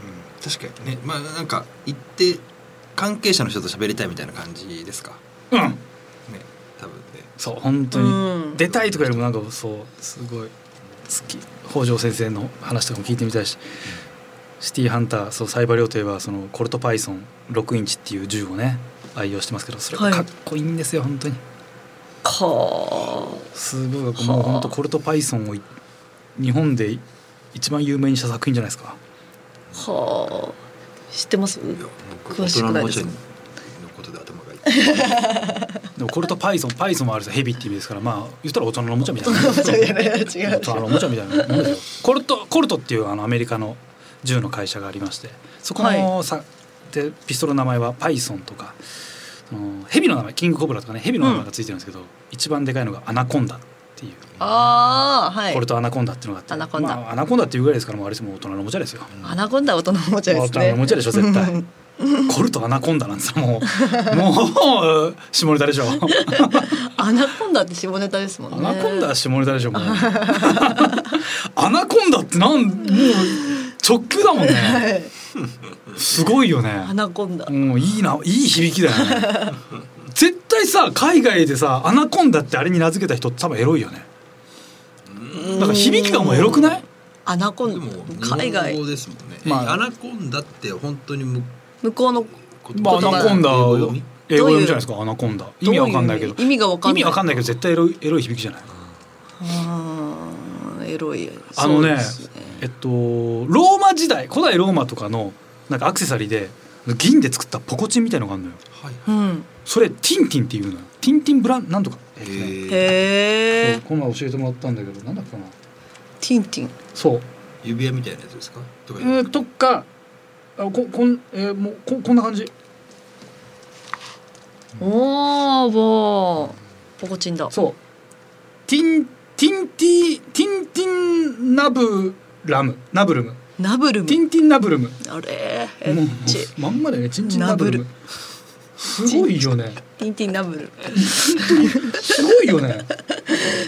Speaker 4: 確かにねまあなんか行って関係者の人と喋りたいみたいな感じですか
Speaker 1: うん
Speaker 4: ね多分ね
Speaker 1: そう本当
Speaker 3: う
Speaker 1: に
Speaker 3: ん
Speaker 1: 出たいとかよりもなんかそうすごい好き北条先生の話とかも聞いてみたいし、シティーハンターそうサイバーリョウといえばそのコルトパイソン6インチっていう銃をね愛用してますけどそれが
Speaker 3: はい
Speaker 1: かっこいいんですよ、本当に
Speaker 3: は
Speaker 1: すごいかっこいい
Speaker 3: はあ
Speaker 1: もう本当コルトパイソンをい日本で一番有名にした作品じゃないですか
Speaker 3: あ。はあ。知ってます。
Speaker 4: いや僕
Speaker 3: 詳
Speaker 4: 大
Speaker 3: し
Speaker 4: 人
Speaker 3: く
Speaker 4: の
Speaker 3: ないで
Speaker 4: おもち
Speaker 3: す
Speaker 4: ゃ
Speaker 3: か
Speaker 4: のことで頭がいい
Speaker 1: でもコルトパイソンパイソンはあれですよヘビって意味ですからまあ言ったら大人のおもちゃみたい な
Speaker 3: 違
Speaker 1: あのおもちゃみたいなもんですよコルトコルトっていうあのアメリカの銃の会社がありましてそこのさ、でピストルの名前はパイソンとかそのヘビの名前キングコブラとかねヘビの名前がついてるんですけど、一番でかいのがアナコンダっていう、
Speaker 3: ああ、はい
Speaker 1: コル。トアナコンダっていうのがあって
Speaker 3: アナコンダ
Speaker 1: まあ、アナコンダっていうぐらいですからもうあれですもう大人のおもちゃですよ。
Speaker 3: アナコンダは大人のおもちゃで
Speaker 1: 大
Speaker 3: す
Speaker 1: 人
Speaker 3: ね。
Speaker 1: のおもちゃでしょ絶 対。コルトアナコンダなんですよもうもう下ネタでしょ。
Speaker 3: アナコンダって下ネタですもんね。
Speaker 1: アナコンダは下ネタでしょもう アナコンダってなんもう直球だもんね
Speaker 3: はい
Speaker 1: すごいよね
Speaker 3: アナコンダ。
Speaker 1: もういいないい響きだよね絶対さ海外でさアナコンダってあれに名付けた人って多分エロいよねなんか響きがもうエロくない
Speaker 3: アナコ
Speaker 4: で
Speaker 3: ン
Speaker 4: も
Speaker 3: ダ。海
Speaker 4: 日本
Speaker 3: 外
Speaker 4: 語。ですもんね、
Speaker 1: まあ
Speaker 4: アナコンダって本当にむ
Speaker 3: 向こうの。
Speaker 4: 言
Speaker 1: まあア
Speaker 4: 葉
Speaker 1: ナコンダ
Speaker 4: 英語読み
Speaker 1: 英語読みじゃないですかアナコンダ意味わかんないけど
Speaker 3: どういう意味意味がわかんない
Speaker 1: 意味わかんないけど絶対エロいエロい響きじゃない
Speaker 3: あーエロい。
Speaker 1: あのね
Speaker 3: そうです
Speaker 1: えっとローマ時代古代ローマとかのなんかアクセサリーで銀で作ったポコチンみたいのがあるのよ
Speaker 4: はい
Speaker 3: うん。
Speaker 1: それティンティンっていうのよティンティンブランなんとか、えっとね
Speaker 4: えー
Speaker 3: へえ。
Speaker 1: そうこの前教えてもらったんだけどなんだっけかな
Speaker 3: ティンティン。
Speaker 1: そう
Speaker 4: 指輪みたいなやつですかとか
Speaker 1: えー、とかあここん、えー、もうここんな感じ
Speaker 3: おお、もう。ポコチンだ。
Speaker 1: そうティンティンティティンティンナブラムナブルム
Speaker 3: ナブルム
Speaker 1: テ。ィンティンナブルム
Speaker 3: あれ。エ
Speaker 1: もう
Speaker 3: ッチ。
Speaker 1: まんまだよねチンチンナブルム
Speaker 3: ナ
Speaker 1: すごいよね
Speaker 3: ティンティンナブル。
Speaker 1: すごいよね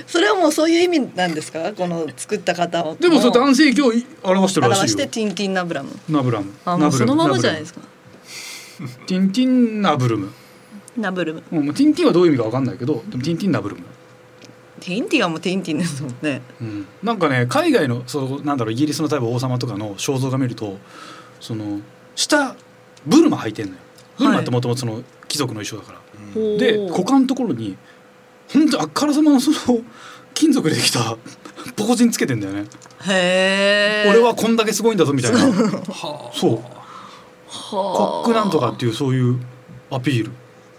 Speaker 3: それはもうそういう意味なんですか。この作った方を。
Speaker 1: でもそれ男性器を表してるら
Speaker 3: 表し
Speaker 1: しい
Speaker 3: て
Speaker 1: よ
Speaker 3: ティンティンナブラム。
Speaker 1: ナブラム
Speaker 3: あ、もうそのままじゃないです
Speaker 1: か
Speaker 3: か。
Speaker 1: ティンティンナブルム
Speaker 3: ナブルム。
Speaker 1: うんもうティンティンはどういう意味かわかんないけどでもティンティンナブルム
Speaker 3: ティンティンはもうティンティンですもんね。
Speaker 1: うん、なんかね海外のそのなんだろうイギリスの例えば王様とかの肖像画見るとその下ブルマ履いてんのよブルマってもともとその貴族の衣装だから、
Speaker 4: うん
Speaker 1: で股間のところに本当あからさまのその金属でできたポコチンつけてんだよね、
Speaker 3: へえ。
Speaker 1: 俺はこんだけすごいんだぞみたいな
Speaker 4: はあ
Speaker 1: そうコ
Speaker 3: コ
Speaker 1: ックなんとかっていうそういうアピール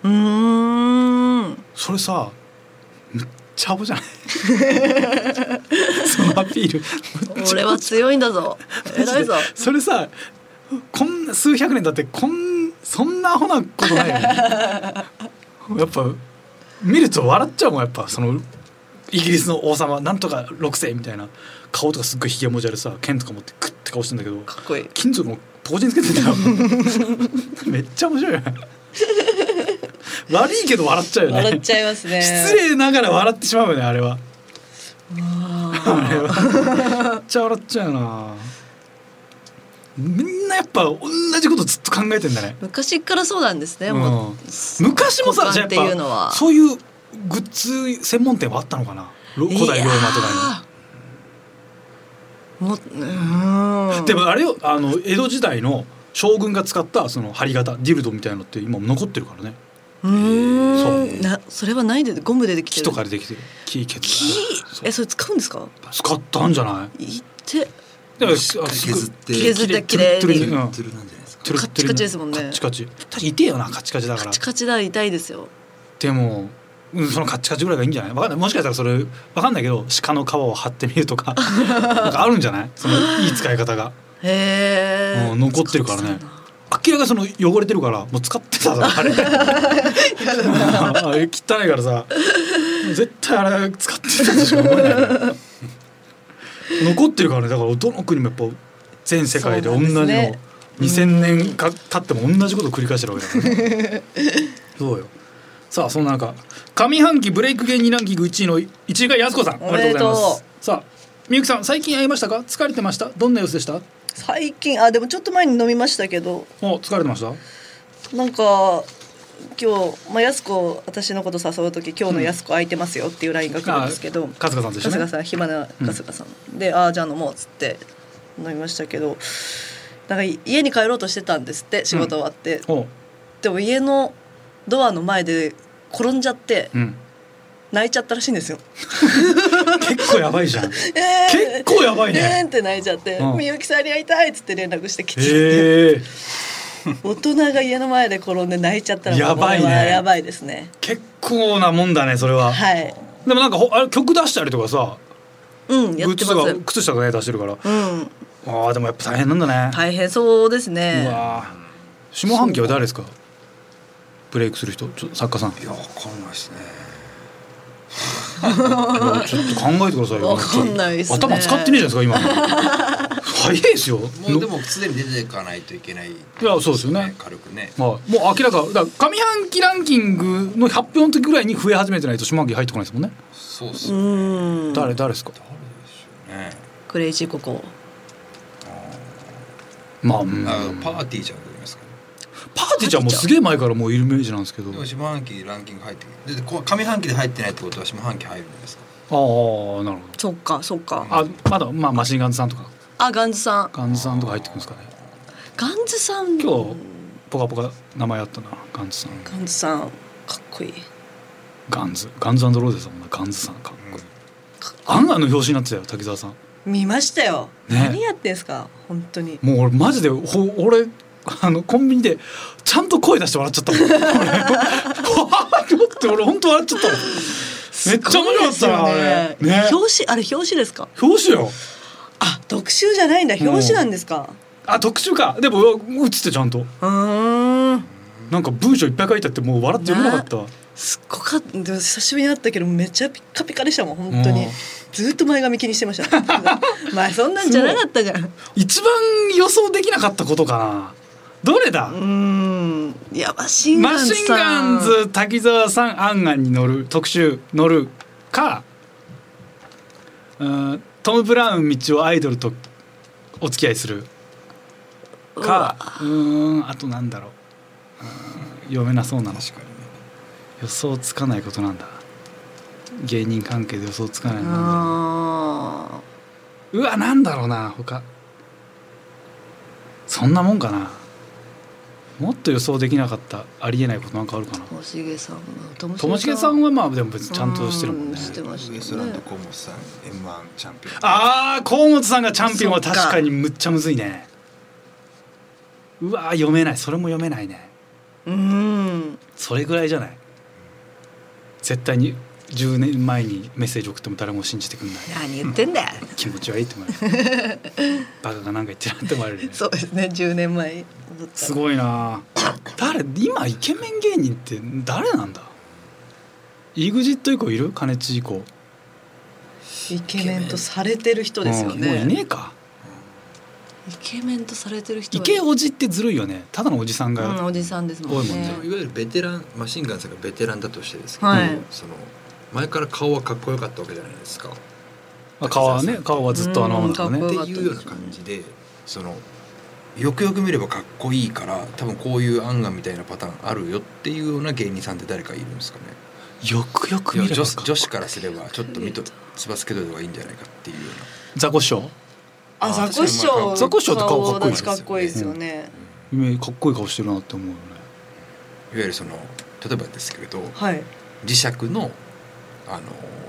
Speaker 3: うーん
Speaker 1: それさめっちゃアホ じゃないそのアピール
Speaker 3: 俺は強いんだぞ偉いぞ
Speaker 1: それさこんな数百年だってこんそんなアホなことないよねやっぱ見ると笑っちゃうもんやっぱそのイギリスの王様なんとか六世みたいな顔とかすっごいひげもじゃでさ剣とか持ってクッて顔してんだけど
Speaker 3: かっこいい
Speaker 1: 金属のポコチンつけてんだよ めっちゃ面白いよね悪いけど笑っちゃうよね
Speaker 3: 笑っちゃいますね
Speaker 1: 失礼ながら笑ってしまうよねあれは
Speaker 3: あ
Speaker 1: あれはめっちゃ笑っちゃうなみんなやっぱ同じことずっと考えてんだね
Speaker 3: ー、昔からそうなんですね、
Speaker 1: うん
Speaker 3: もう
Speaker 1: 昔もさ
Speaker 3: 股
Speaker 1: じゃ
Speaker 3: 間
Speaker 1: あ
Speaker 3: って
Speaker 1: や
Speaker 3: い
Speaker 1: っ
Speaker 3: うの
Speaker 1: ぱ
Speaker 3: は
Speaker 1: そういうグッズ専門店はあったのかなロ古代ローマとか
Speaker 3: いやーもううー
Speaker 1: に
Speaker 3: ん
Speaker 1: でもあれよあの江戸時代の将軍が使ったその針型ディルドみたいのって今も残ってるからね
Speaker 5: うーんなそれはないでゴムでできて
Speaker 1: 木
Speaker 5: る
Speaker 1: とかでできてる木削
Speaker 5: 木
Speaker 1: そう
Speaker 5: えそれ使うんですか
Speaker 1: 使ったんじゃない
Speaker 5: いって
Speaker 1: だから
Speaker 4: 削って
Speaker 5: 削って
Speaker 1: き
Speaker 5: き
Speaker 1: れ
Speaker 5: れ
Speaker 1: い
Speaker 5: いに
Speaker 1: トゥルトゥルにうん
Speaker 4: ツルなんじゃないですか
Speaker 1: トゥルッ
Speaker 5: カ
Speaker 1: トゥルに
Speaker 5: チカチですもんね
Speaker 1: カチカチ確かに痛えよなカチカチだから
Speaker 5: カチカチだ痛いですよ
Speaker 1: でも、うん、そのカチカチぐらいがいいんじゃないわかんないもしかしたらそれわかんないけど鹿の皮を張ってみる とかなんかあるんじゃないそのいい使い方が
Speaker 5: へえ
Speaker 1: もう残ってるからね明らかにその汚れてるからもう使ってただろあれあれ 汚いからさ絶対あれ使ってたとしか思えないね残ってるからねだからどの国もやっぱ全世界で同じ
Speaker 5: そ
Speaker 1: の
Speaker 5: うなんですね
Speaker 1: 2000年か経っても同じことを繰り返してるわけだからね、そうよさあそんな中上半期ブレイク芸人ランキング1位の一がやす子さんお
Speaker 5: お
Speaker 1: め
Speaker 5: め
Speaker 1: で
Speaker 5: で
Speaker 1: と
Speaker 5: と
Speaker 1: う
Speaker 5: う
Speaker 1: ございますさあみゆきさん最近会いましたか疲れてましたどんな様子でした
Speaker 3: 最近あでもちょっと前に飲みましたけど
Speaker 1: お疲れてました
Speaker 3: なんか今日、まあ、やす子私のこと誘う時「今日のやす子空いてますよ」っていうラインが来るんですけど、
Speaker 1: 春日さんと一緒
Speaker 3: 春
Speaker 1: ね
Speaker 3: 日さん暇な春日さん、で「ああじゃあ飲もう」っつって飲みましたけどなんか家に帰ろうとしてたんですって仕事終わって、
Speaker 1: おう
Speaker 3: でも家のドアの前で転んじゃって
Speaker 1: うん
Speaker 3: 泣いちゃったらしいんですよ。
Speaker 1: 結構やばいじ ゃん。 結
Speaker 3: えー
Speaker 1: 構やばい
Speaker 3: えー
Speaker 1: ね。
Speaker 3: って泣いちゃって
Speaker 1: うん
Speaker 3: 「みゆきさんに会いたい」っつって連絡してきて、
Speaker 1: ええ
Speaker 3: 大人が家の前で転んで泣いちゃったらもう
Speaker 1: やばいね
Speaker 3: これはやばいですね。
Speaker 1: 結構なもんだね、それは。
Speaker 3: はい。
Speaker 1: でもなんかほあれ曲出したりとかさ、
Speaker 3: うん、
Speaker 1: グ
Speaker 3: やっ
Speaker 1: ッ
Speaker 3: て
Speaker 1: ズ
Speaker 3: ま
Speaker 1: とか
Speaker 3: す。
Speaker 1: 靴下とかね出してるから。
Speaker 3: うん、
Speaker 1: ああでもやっぱ大変なんだね。
Speaker 3: 大変そうです
Speaker 1: う
Speaker 3: ね。
Speaker 1: わあ。下半期は誰ですか。ブレイクする人、ちょっと作家さん。
Speaker 4: いやわかんないですね
Speaker 1: ちょっと考えてくださいよ。
Speaker 3: わかんないっすね
Speaker 1: 頭使ってねえじゃないですか今。 早いですよ。
Speaker 4: もうでもすでに出ていかないといけないい
Speaker 1: やそうですよね
Speaker 4: 軽くね
Speaker 1: まあ、もう明らかだから上半期ランキングの発表の時ぐらいに増え始めてないと下半期入ってこないですもんね、
Speaker 4: そうっす
Speaker 3: う
Speaker 4: ね
Speaker 3: ん。
Speaker 1: 誰誰ですか
Speaker 3: クレイジーココ。
Speaker 1: まあ、うん、
Speaker 4: あパーティーちゃんと言いますか
Speaker 1: パーティーちゃんもすげえ前からもういるイメージなんですけど
Speaker 4: でも下半期ランキング入ってきてでこ上半期で入ってないってことは下半期入るんですか
Speaker 1: ああなるほど
Speaker 5: そっかそっか
Speaker 1: あまだまあマシンガンズさんとか
Speaker 5: あガンズさん
Speaker 1: ガンズさんとか入ってくるんですかね
Speaker 5: ガンズさん
Speaker 1: 今日ポカポカ名前あったなガンズさん
Speaker 5: ガンズさんかっこいい
Speaker 1: ガンズガンズローゼさんもなガンズさんかっこいい
Speaker 3: かっ
Speaker 1: あんなの表紙になってたよ滝沢さん
Speaker 3: 見ましたよ。
Speaker 1: ね
Speaker 3: 何やってんすか、本当に。
Speaker 1: もう俺マジでほ俺あのコンビニでちゃんと声出して笑っちゃったもん俺 わーって思って俺本当笑っちゃったもんめっちゃ面白かったな
Speaker 3: すごいです
Speaker 1: あれ
Speaker 3: よ
Speaker 1: ね
Speaker 3: 表紙、あれ表紙ですか。
Speaker 1: 表紙よ
Speaker 3: あ、特集じゃないんだ、
Speaker 1: ん
Speaker 3: 表紙なんですか。
Speaker 1: あ特集かでもうわ映ってちゃんと
Speaker 3: うーん。
Speaker 1: なんか文章いっぱい書いてあってもう笑って読めなかったわ
Speaker 3: すっごかった、でも久しぶりに会ったけど、めっちゃピッカピカでしたもん、本当
Speaker 1: う
Speaker 3: に
Speaker 1: ん。
Speaker 3: ずっと前髪気にしてました。 まあ、そんなんじゃなかったじゃん。う
Speaker 1: 一番予想できなかったことかなどれだ、
Speaker 3: ーん。いや、マシンガ
Speaker 1: マ
Speaker 3: ンズ
Speaker 1: シン
Speaker 3: さん。
Speaker 1: ガンズ滝沢さんアンガンに乗る特集乗るかうんトム・ブラウン道をアイドルとお付き合いするかうーんあとなんだろううん読めなそうなの
Speaker 4: 確かにね
Speaker 1: 予想つかないことなんだ芸人関係で予想つかないのなんだろう
Speaker 5: あ
Speaker 1: うわなんだろうな他そんなもんかなもっと予想できなかったありえないことなんかあるかな
Speaker 5: ーともしげさんはとも
Speaker 1: ともしげさんはまあでも別にちゃんとしてるもん
Speaker 5: う
Speaker 1: ね
Speaker 5: してました
Speaker 4: ウ
Speaker 5: ね
Speaker 4: エストランド河本さん M1 チャンピオン
Speaker 1: ああ河本さんがチャンピオンは
Speaker 5: そっ
Speaker 1: 確
Speaker 5: か
Speaker 1: かにむっちゃむずいねうわー読めないそれも読めないね
Speaker 3: うーん。
Speaker 1: それぐらいじゃない絶対に10年前にメッセージ送っても誰も信じてくれない
Speaker 5: 何言ってんだよ
Speaker 1: 気持ちはいいって思われるバカがなんか言ってなんて思われるね
Speaker 3: そうですね、10年前に戻った。
Speaker 1: すごいな誰今イケメン芸人って誰なんだ EXIT 以降いる金地以降
Speaker 3: イケメンとされてる人ですよ
Speaker 1: うんもうい
Speaker 3: ね。
Speaker 1: ねえか
Speaker 5: イケメンとされてる人
Speaker 1: イ
Speaker 5: は
Speaker 1: ケおじってずるいよねただのおじさん
Speaker 5: うん
Speaker 1: が、
Speaker 5: おじさんですもん
Speaker 1: 多いもんね
Speaker 5: ね
Speaker 4: いわゆるベテランマシンガンズがベテランだとしてですけど、
Speaker 3: はい
Speaker 4: その前から顔はかっこよかったわけじゃないですか。っ
Speaker 1: あ顔はね顔はずっとあのままだから
Speaker 3: うん
Speaker 1: ね
Speaker 3: か
Speaker 4: て
Speaker 3: っこ
Speaker 4: いうような感じでそのよくよく見ればかっこいいから多分こういうアンガンみたいなパターンあるよっていうような芸人さんって誰かいるんですかね
Speaker 1: よくよく
Speaker 4: いや
Speaker 1: 見れば
Speaker 4: 女子
Speaker 1: か
Speaker 4: 女子からすればちょっと見とつばつけといた方がいいんじゃないかっていうような
Speaker 1: ザコシショウ
Speaker 3: あ、ザコシショウ。
Speaker 1: ザコシショウって顔かっこいい
Speaker 3: 顔立ちかっこいいですよね。
Speaker 1: う夢かっこいい顔してるなって思うよね
Speaker 4: ゆるその例えばですけれど
Speaker 3: はい
Speaker 4: 磁石のあの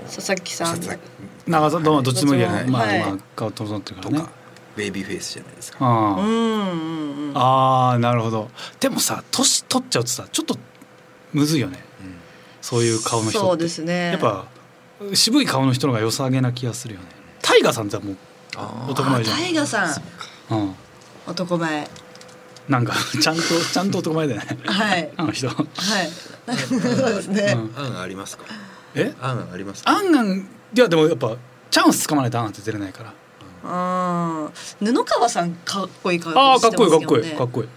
Speaker 5: 佐々木さん
Speaker 4: 佐々木
Speaker 1: 長さど,、どっちでもいいや
Speaker 3: はい
Speaker 1: まあ、
Speaker 3: はい
Speaker 1: まあ顔整ってるか
Speaker 4: と
Speaker 1: ら
Speaker 4: か、
Speaker 1: ね
Speaker 4: ベイビーフェイスじゃないですか
Speaker 1: あ
Speaker 3: う
Speaker 1: あ
Speaker 3: んうんうん
Speaker 1: あーなるほどでもさ年取っちゃうとさちょっとむずいよね
Speaker 4: うん
Speaker 1: そういう顔の人って
Speaker 3: そうですね
Speaker 1: やっぱ渋い顔の人の方が良さげな気がするよねタイガさんっても
Speaker 4: あ
Speaker 1: う
Speaker 4: ー
Speaker 1: 男前じ
Speaker 3: タイガさん
Speaker 1: ゃん、うん、
Speaker 3: 男前
Speaker 1: なんかちゃんとちゃんと男前だよね
Speaker 3: はい
Speaker 1: あの 人
Speaker 3: はいそうですね、
Speaker 1: うん
Speaker 4: 案ありますか
Speaker 1: え
Speaker 4: 案ありますか
Speaker 1: アンガンいやでもやっぱチャンスつかまないとアンガンって出れないから
Speaker 3: あー布川さんかっこいい感じ
Speaker 1: ああーかっこいいかっこいい
Speaker 3: ね、
Speaker 1: かっこいい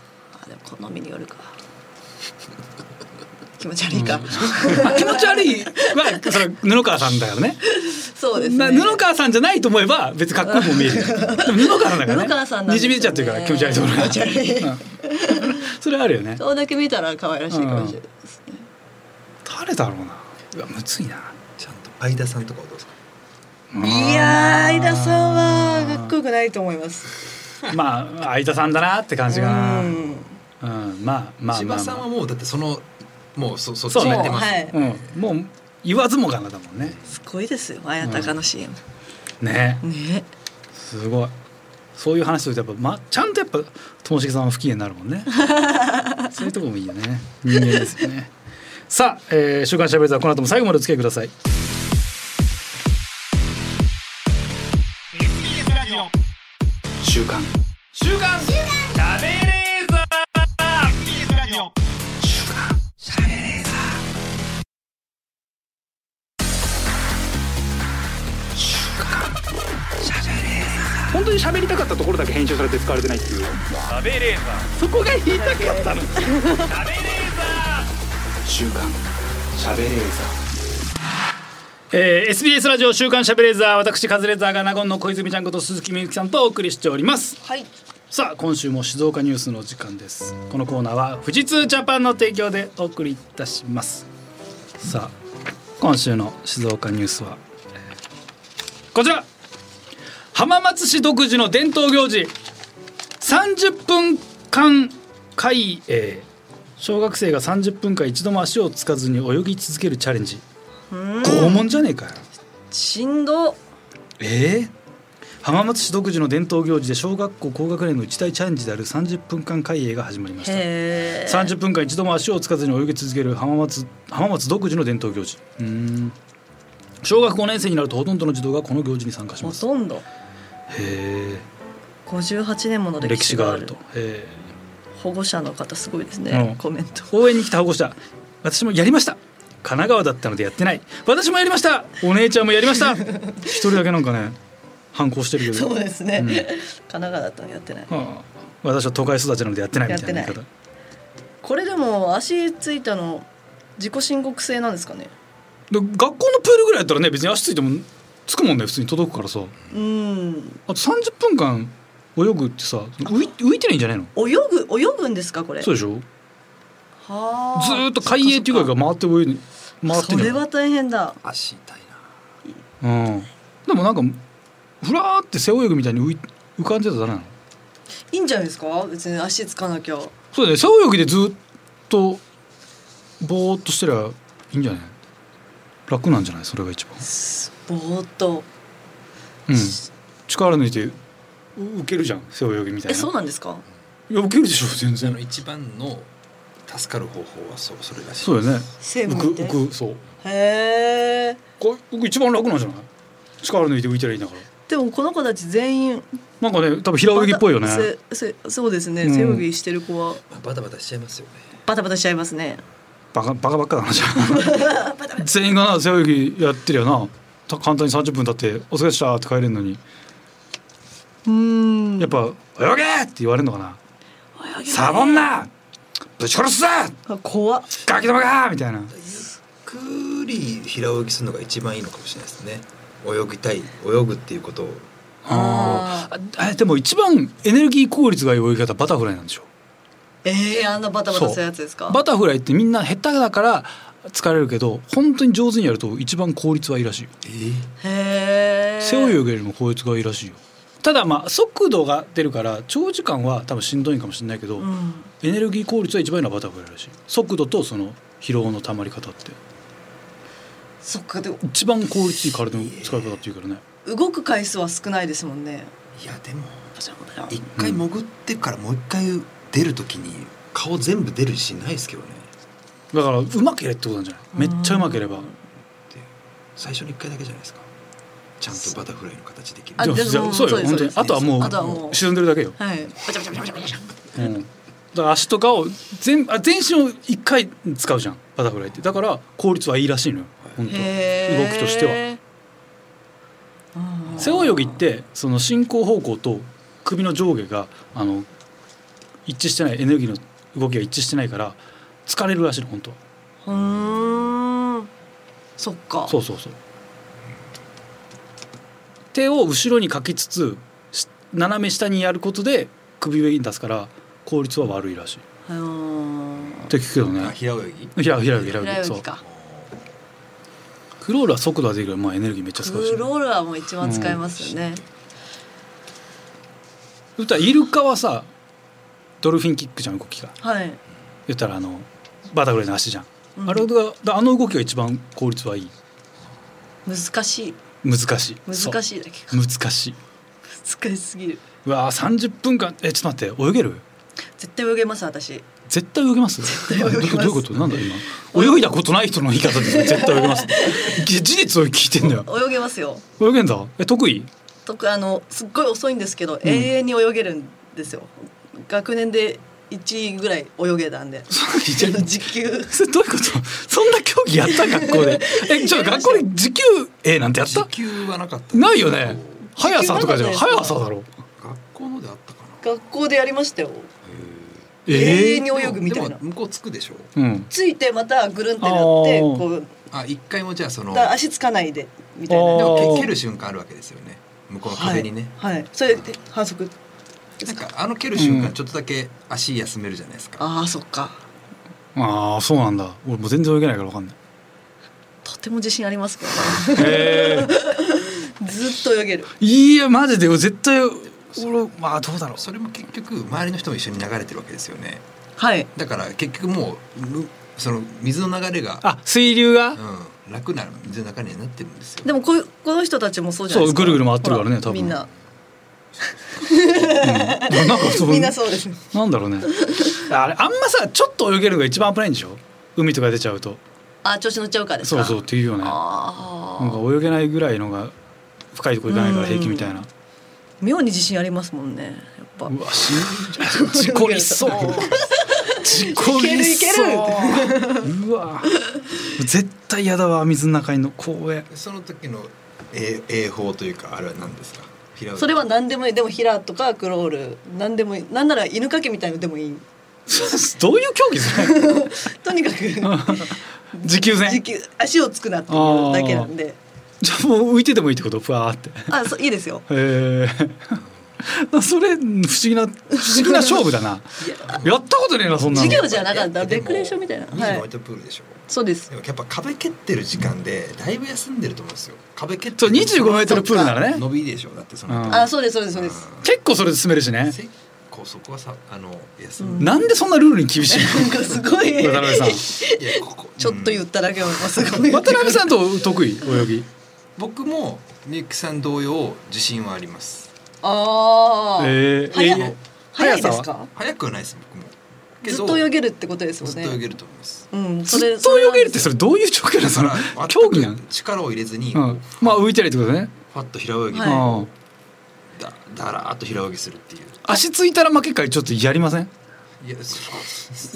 Speaker 3: あでも好みによるか気持ち悪い か、
Speaker 1: 気持ち悪いはそれは布川さんだからね
Speaker 3: そうです
Speaker 1: な
Speaker 3: ね
Speaker 1: 布川さんじゃないと思えば別にかっこいいもん 見えるよでも布川さんだからね
Speaker 3: 布川さんなんですよね
Speaker 1: にじみ出ちゃってるから気持ち悪いとこ ろが
Speaker 3: 気持ち悪
Speaker 1: うんそれあるよね
Speaker 3: 顔だけ見たら可愛らしいかもしれないですね、
Speaker 1: 誰だろうなうわむずいな
Speaker 4: ちゃんと相田さんとかはどうですか
Speaker 3: いやー相田さんはかっこよくないと思います
Speaker 1: まあ相田さんだなって感じがな
Speaker 3: う
Speaker 1: うんまあまあ
Speaker 4: 千
Speaker 1: ま
Speaker 4: 葉
Speaker 1: あ
Speaker 4: さんは
Speaker 1: まあ
Speaker 4: もうだってそのもうそそっち
Speaker 1: そうね
Speaker 4: 行ってます
Speaker 3: はい
Speaker 1: うんもう言わずもがなだもんね
Speaker 3: すごいですよ綾鷹の CM、
Speaker 1: ね
Speaker 3: ね
Speaker 1: すごいそういう話するとやっぱ、ま、ちゃんとやっぱともしげさんは不機嫌になるもんねそういうとこもいいよね人間ですよねさあ、えー、週刊しゃべり座この後も最後までお付き合いください
Speaker 2: TBS ラジオ
Speaker 1: 週刊
Speaker 2: 週刊週刊しゃべれーザー TBS ラジオ
Speaker 1: 本当に喋りたかったところだけ編集されて使われてないっていう
Speaker 2: しゃべれーザ
Speaker 1: そこが言いたかったの
Speaker 2: ーしゃべれーザー
Speaker 1: 週刊しゃべれーえー SBS ラジオ週刊しゃべれーザー私カズレーザーが納言の小泉ちゃんこと鈴木みゆきさんとお送りしております
Speaker 3: はい
Speaker 1: さあ今週も静岡ニュースの時間ですこのコーナーは富士通ジャパンの提供でお送りいたしますさあ今週の静岡ニュースはえーこちら浜松市独自の伝統行事30分間海泳小学生が30分間一度も足をつかずに泳ぎ続けるチャレンジ拷問じゃねえかよ
Speaker 3: しんど
Speaker 1: えー浜松市独自の伝統行事で小学校高学年の一大チャレンジである30分間海泳が始まりました
Speaker 3: へえ
Speaker 1: 30分間一度も足をつかずに泳ぎ続ける浜松浜松独自の伝統行事うーん小学5年生になるとほとんどの児童がこの行事に参加し
Speaker 3: ほ
Speaker 1: ますへ
Speaker 3: とんど
Speaker 1: え
Speaker 3: 58年もの
Speaker 1: 歴
Speaker 3: 歴
Speaker 1: 史
Speaker 3: 史
Speaker 1: が
Speaker 3: が
Speaker 1: あ
Speaker 3: あ
Speaker 1: る
Speaker 3: る
Speaker 1: とへ
Speaker 3: 保護者の方すごいですね、
Speaker 1: うん
Speaker 3: コメント
Speaker 1: ー応援に来た保護者私もやりました神奈川だったのでやってない私もやりましたお姉ちゃんもやりました一人だけなんかね反抗してるけど
Speaker 3: そうですね、
Speaker 1: うん
Speaker 3: 神奈川だったのやってない
Speaker 1: はあ私は都会育ちなのでやってないみたいな言い
Speaker 3: や
Speaker 1: 方
Speaker 3: これでも足ついたの自己申告制なんですかね
Speaker 1: で学校のプールぐらいやったらね別に足ついてもつくもんね普通に届くからさあ
Speaker 3: うん
Speaker 1: と30分間泳ぐってさ浮い浮いてないんじゃないの
Speaker 3: 泳ぐ泳ぐんですかこれ
Speaker 1: そう
Speaker 3: は
Speaker 1: でしょ
Speaker 3: あ
Speaker 1: ずーっと海泳っていうか回って泳いで回って
Speaker 3: そ
Speaker 1: んじ
Speaker 3: れ
Speaker 1: ゃない
Speaker 3: は大変だ
Speaker 4: 足痛いな
Speaker 1: うんでもなんかふらーって背泳ぐみたいに浮い浮かんでたらダメなの
Speaker 3: いいんじゃないですか別に足つかなきゃ
Speaker 1: そうだね背泳ぎでずーっとぼーっとしてりゃいいんじゃない楽なんじゃないそれが一番
Speaker 3: ぼーっと
Speaker 1: うん力抜いてう受けるじゃん背泳ぎみたいな
Speaker 3: えそうなんですか
Speaker 1: いや受けるでしょ全
Speaker 4: あの
Speaker 1: 然
Speaker 4: 一番の助かる方法はそうそれらしい
Speaker 1: そうだよね
Speaker 3: 背向
Speaker 1: 浮く
Speaker 3: いて
Speaker 1: 浮くそう
Speaker 3: へえ
Speaker 1: これ僕一番楽なんじゃない力抜いて浮いてりゃいいんだから
Speaker 3: でもこの子たち全員
Speaker 1: なんかね多分平泳ぎっぽいよね
Speaker 3: バタせせそうですね
Speaker 1: うん
Speaker 3: 背泳ぎしてる子は
Speaker 4: まあバタバタしちゃいますよね
Speaker 3: バタバタしちゃいますね
Speaker 1: バカバカばっかだなじゃ あ全員がな背泳ぎやってりゃなた簡単に30分経って「お疲れっした」って帰れるのに
Speaker 3: うーん
Speaker 1: やっぱ「泳げ!」って言われるのかな「サボんなぶち殺すぞ
Speaker 3: あ怖っ
Speaker 1: ガキどもが!」みたいな
Speaker 4: ゆっくり平泳ぎするのが一番いいのかもしれないですね泳ぎたい泳ぐっていうことを
Speaker 1: あーあでも一番エネルギー効率がいい泳ぎ方バタフライなんでしょ
Speaker 3: えー、あんなバタバタするやつですか
Speaker 1: バタフライってみんな下手だから疲れるけど本当に上手にやると一番効率はいいらしいよ
Speaker 4: え
Speaker 3: へ
Speaker 4: え
Speaker 3: え
Speaker 1: 背泳ぎよりも効率がいいらしいよただまあ速度が出るから長時間は多分しんどいんかもしれないけど、
Speaker 3: うん
Speaker 1: エネルギー効率は一番いいのはバタフライらしい速度とその疲労のたまり方って
Speaker 3: そっかでも
Speaker 1: 一番効率いい体の使い方っていうからね
Speaker 3: 動く回数は少ないですもんね
Speaker 4: いやでも
Speaker 3: あ
Speaker 4: 一回潜ってからもう一回出るときに顔全部出る自信ないですけどね
Speaker 1: だからうまければってことなんじゃないめっちゃうまければ
Speaker 4: 最初の一回だけじゃないですかちゃんとバタフライの形できる
Speaker 3: あ
Speaker 1: じ
Speaker 3: で
Speaker 1: ゃ
Speaker 3: も
Speaker 1: あじゃあそう
Speaker 3: そう
Speaker 1: よ
Speaker 3: です
Speaker 1: 本当
Speaker 3: そう
Speaker 1: に
Speaker 3: です
Speaker 1: あとはも
Speaker 3: あとはも
Speaker 1: う
Speaker 3: う
Speaker 1: 沈んでるだけよ、
Speaker 3: はいバチャバチャバチャバチャバチャ
Speaker 1: うん、だから足とかを全あ全身を一回使うじゃんバタフライってだから効率はいいらしいのよ本当
Speaker 3: へー
Speaker 1: 動きとしては
Speaker 3: うん
Speaker 1: 背泳ぎってその進行方向と首の上下があの一致してないエネルギーの動きが一致してないから疲れるらしいの本当は
Speaker 3: うーんそっか
Speaker 1: そうそうそう手を後ろにかきつつし斜め下にやることで首上に出すから効率は悪いらしいっ
Speaker 3: うーん
Speaker 1: て聞くけど
Speaker 4: あ
Speaker 1: ね
Speaker 4: 平泳ぎ
Speaker 1: 平平泳ぎ平
Speaker 3: 平
Speaker 1: 泳ぎ
Speaker 3: 泳
Speaker 1: そう
Speaker 3: ぎか
Speaker 1: クロールは速度は出るけど、まあ、エネルギーめっちゃ使うし
Speaker 3: クロールはもう一番使えますよね、
Speaker 1: 言ったらイルカはさドルフィンキックじゃん動きが
Speaker 3: はい、
Speaker 1: 言ったらあのバタフライの足じゃん、
Speaker 3: うん
Speaker 1: あれがだあの動きが一番効率はいい
Speaker 3: 難しい
Speaker 1: 難しい
Speaker 3: 難しいだけ か
Speaker 1: そう難しい
Speaker 3: 難しすぎる
Speaker 1: うわー30分間えちょっと待って泳げる
Speaker 3: 絶対泳げます私
Speaker 1: 絶対泳げます
Speaker 3: 対泳げます
Speaker 1: どどういうことなんだ今泳いだことない人の言い方ですよ絶対泳げます事実を聞いてんだよ
Speaker 3: 泳げますよ
Speaker 1: 泳げんだえ得意
Speaker 3: 特あのすっごい遅いんですけど、永遠に泳げるんですよ学年で1位ぐらい泳げたんで
Speaker 1: 一 応
Speaker 3: 時給
Speaker 1: それどういうことそんな競技やった学 校でえちょ学校で時給 A なんてやっ
Speaker 4: 時
Speaker 1: た
Speaker 4: 給はなかった
Speaker 1: ないよね速さとかじゃん
Speaker 3: 時給
Speaker 1: 速
Speaker 3: なかったです
Speaker 1: さだろ
Speaker 4: 学校のであったかな
Speaker 3: 学校でやりましたよ永
Speaker 1: ええ
Speaker 3: 遠に泳ぐみたい
Speaker 4: で
Speaker 3: な
Speaker 4: も向こうつくでしょ
Speaker 1: うん
Speaker 3: ついてまたぐるんってなって
Speaker 1: あー
Speaker 3: こう
Speaker 4: あ一回もじゃあその
Speaker 3: だ
Speaker 4: で
Speaker 3: 足つかないでみたい
Speaker 1: あ
Speaker 3: な
Speaker 1: ー
Speaker 4: も蹴蹴る瞬間あるわけですよね向こうの
Speaker 3: はい
Speaker 4: 壁にね、
Speaker 3: はいそれで反則
Speaker 4: なんかあの蹴る瞬
Speaker 1: う
Speaker 4: 間
Speaker 1: ん
Speaker 4: ちょっとだけ足休めるじゃないですか、
Speaker 3: ああそっか
Speaker 1: ああそうなんだ俺もう全然泳げないからわかんない
Speaker 3: とても自信ありますけど
Speaker 1: へえ
Speaker 3: ね ずっと泳げる
Speaker 1: いやマジで絶対俺まあどうだろう
Speaker 4: それも結局周りの人も一緒に流れてるわけですよね
Speaker 3: はい
Speaker 4: だから結局もうむその水の流れが、
Speaker 1: あ水流が
Speaker 4: うん、楽な水の流れになってるんですよ
Speaker 3: でもこういうこの人たちもそうじゃないですか
Speaker 1: そうぐるぐる回ってるからね
Speaker 3: ほ
Speaker 1: 多分
Speaker 3: みんな
Speaker 1: なんかそう
Speaker 3: みんなそうです
Speaker 1: なんだろうねあれあんまさちょっと泳げるのが一番危ないんでしょ海とか出ちゃうと
Speaker 3: あ調子乗っちゃうからです
Speaker 1: そう
Speaker 3: か
Speaker 1: そうっていうよねな
Speaker 3: あ
Speaker 1: ん
Speaker 3: あ
Speaker 1: か泳げないぐらいのが深いとこ行かないから平気みたいな
Speaker 3: 妙に自信ありますもんねやっぱ
Speaker 1: うわしん事故りそう事故りそううわ絶対嫌だわ水の中にの光栄
Speaker 4: その時のえー泳法というかあれは何ですか平泳ぎ
Speaker 3: それは何でもいいでもヒラとかクロール何でもいいなんなら犬かけみたいのでもいい
Speaker 1: どういう競技です か
Speaker 3: とにかく
Speaker 1: 持久
Speaker 3: 時
Speaker 1: 戦
Speaker 3: 給足をつくなっていうだけなんで
Speaker 1: じゃあもう浮いててもいいってことふわーって
Speaker 3: あそういいですよ
Speaker 1: へえ それ不思議な不思議な勝負だなやったことねえなそんなの
Speaker 3: 授業じゃなかっ
Speaker 4: い
Speaker 3: た
Speaker 4: やで
Speaker 3: デ
Speaker 4: も
Speaker 3: クレーションみたいな
Speaker 4: 水の
Speaker 3: は
Speaker 4: 置い
Speaker 3: い
Speaker 4: たプールでしょ
Speaker 3: そうです
Speaker 4: でもやっぱ壁蹴ってる時間でだいぶ休んでると思うんですよ壁蹴っ
Speaker 1: そ
Speaker 4: て
Speaker 1: う25メートルプールならね
Speaker 4: そっか伸びでしょだってその、
Speaker 1: う
Speaker 4: うん
Speaker 3: あそうですそうですそうです
Speaker 4: ん
Speaker 1: 結構それで進めるしね
Speaker 4: 結構そこはさあの休む、い
Speaker 1: なんでそんなルールに厳しい
Speaker 3: なんかすごい
Speaker 1: の渡 辺さん
Speaker 4: やここ
Speaker 3: ちょっと言
Speaker 4: う
Speaker 3: っ
Speaker 4: ん
Speaker 3: ただけはすごい
Speaker 1: 渡辺さんと得意泳ぎ
Speaker 4: 僕もみゆきさん同様自信はあります
Speaker 3: ああ
Speaker 1: えー
Speaker 3: 早
Speaker 1: えー
Speaker 3: い早いです
Speaker 1: 速さ
Speaker 3: か
Speaker 4: 早くはないです僕もけ
Speaker 3: ずっ
Speaker 4: ど
Speaker 3: と泳げるってことですよ
Speaker 4: ずっと泳
Speaker 3: ね
Speaker 4: げると思います
Speaker 3: うんそ
Speaker 1: ず
Speaker 3: れ
Speaker 1: っと泳げるって
Speaker 3: そ
Speaker 1: それどういう状況なのその
Speaker 4: 全く
Speaker 1: 競技なの
Speaker 4: 力を入れずに、
Speaker 1: うんまあ浮いてるってことね、
Speaker 4: ファッと平泳ぎで、
Speaker 3: はい
Speaker 1: うん
Speaker 4: だだらーっと平泳ぎするっていう
Speaker 1: 足ついたら負けっからちょっとやりません
Speaker 4: いやそ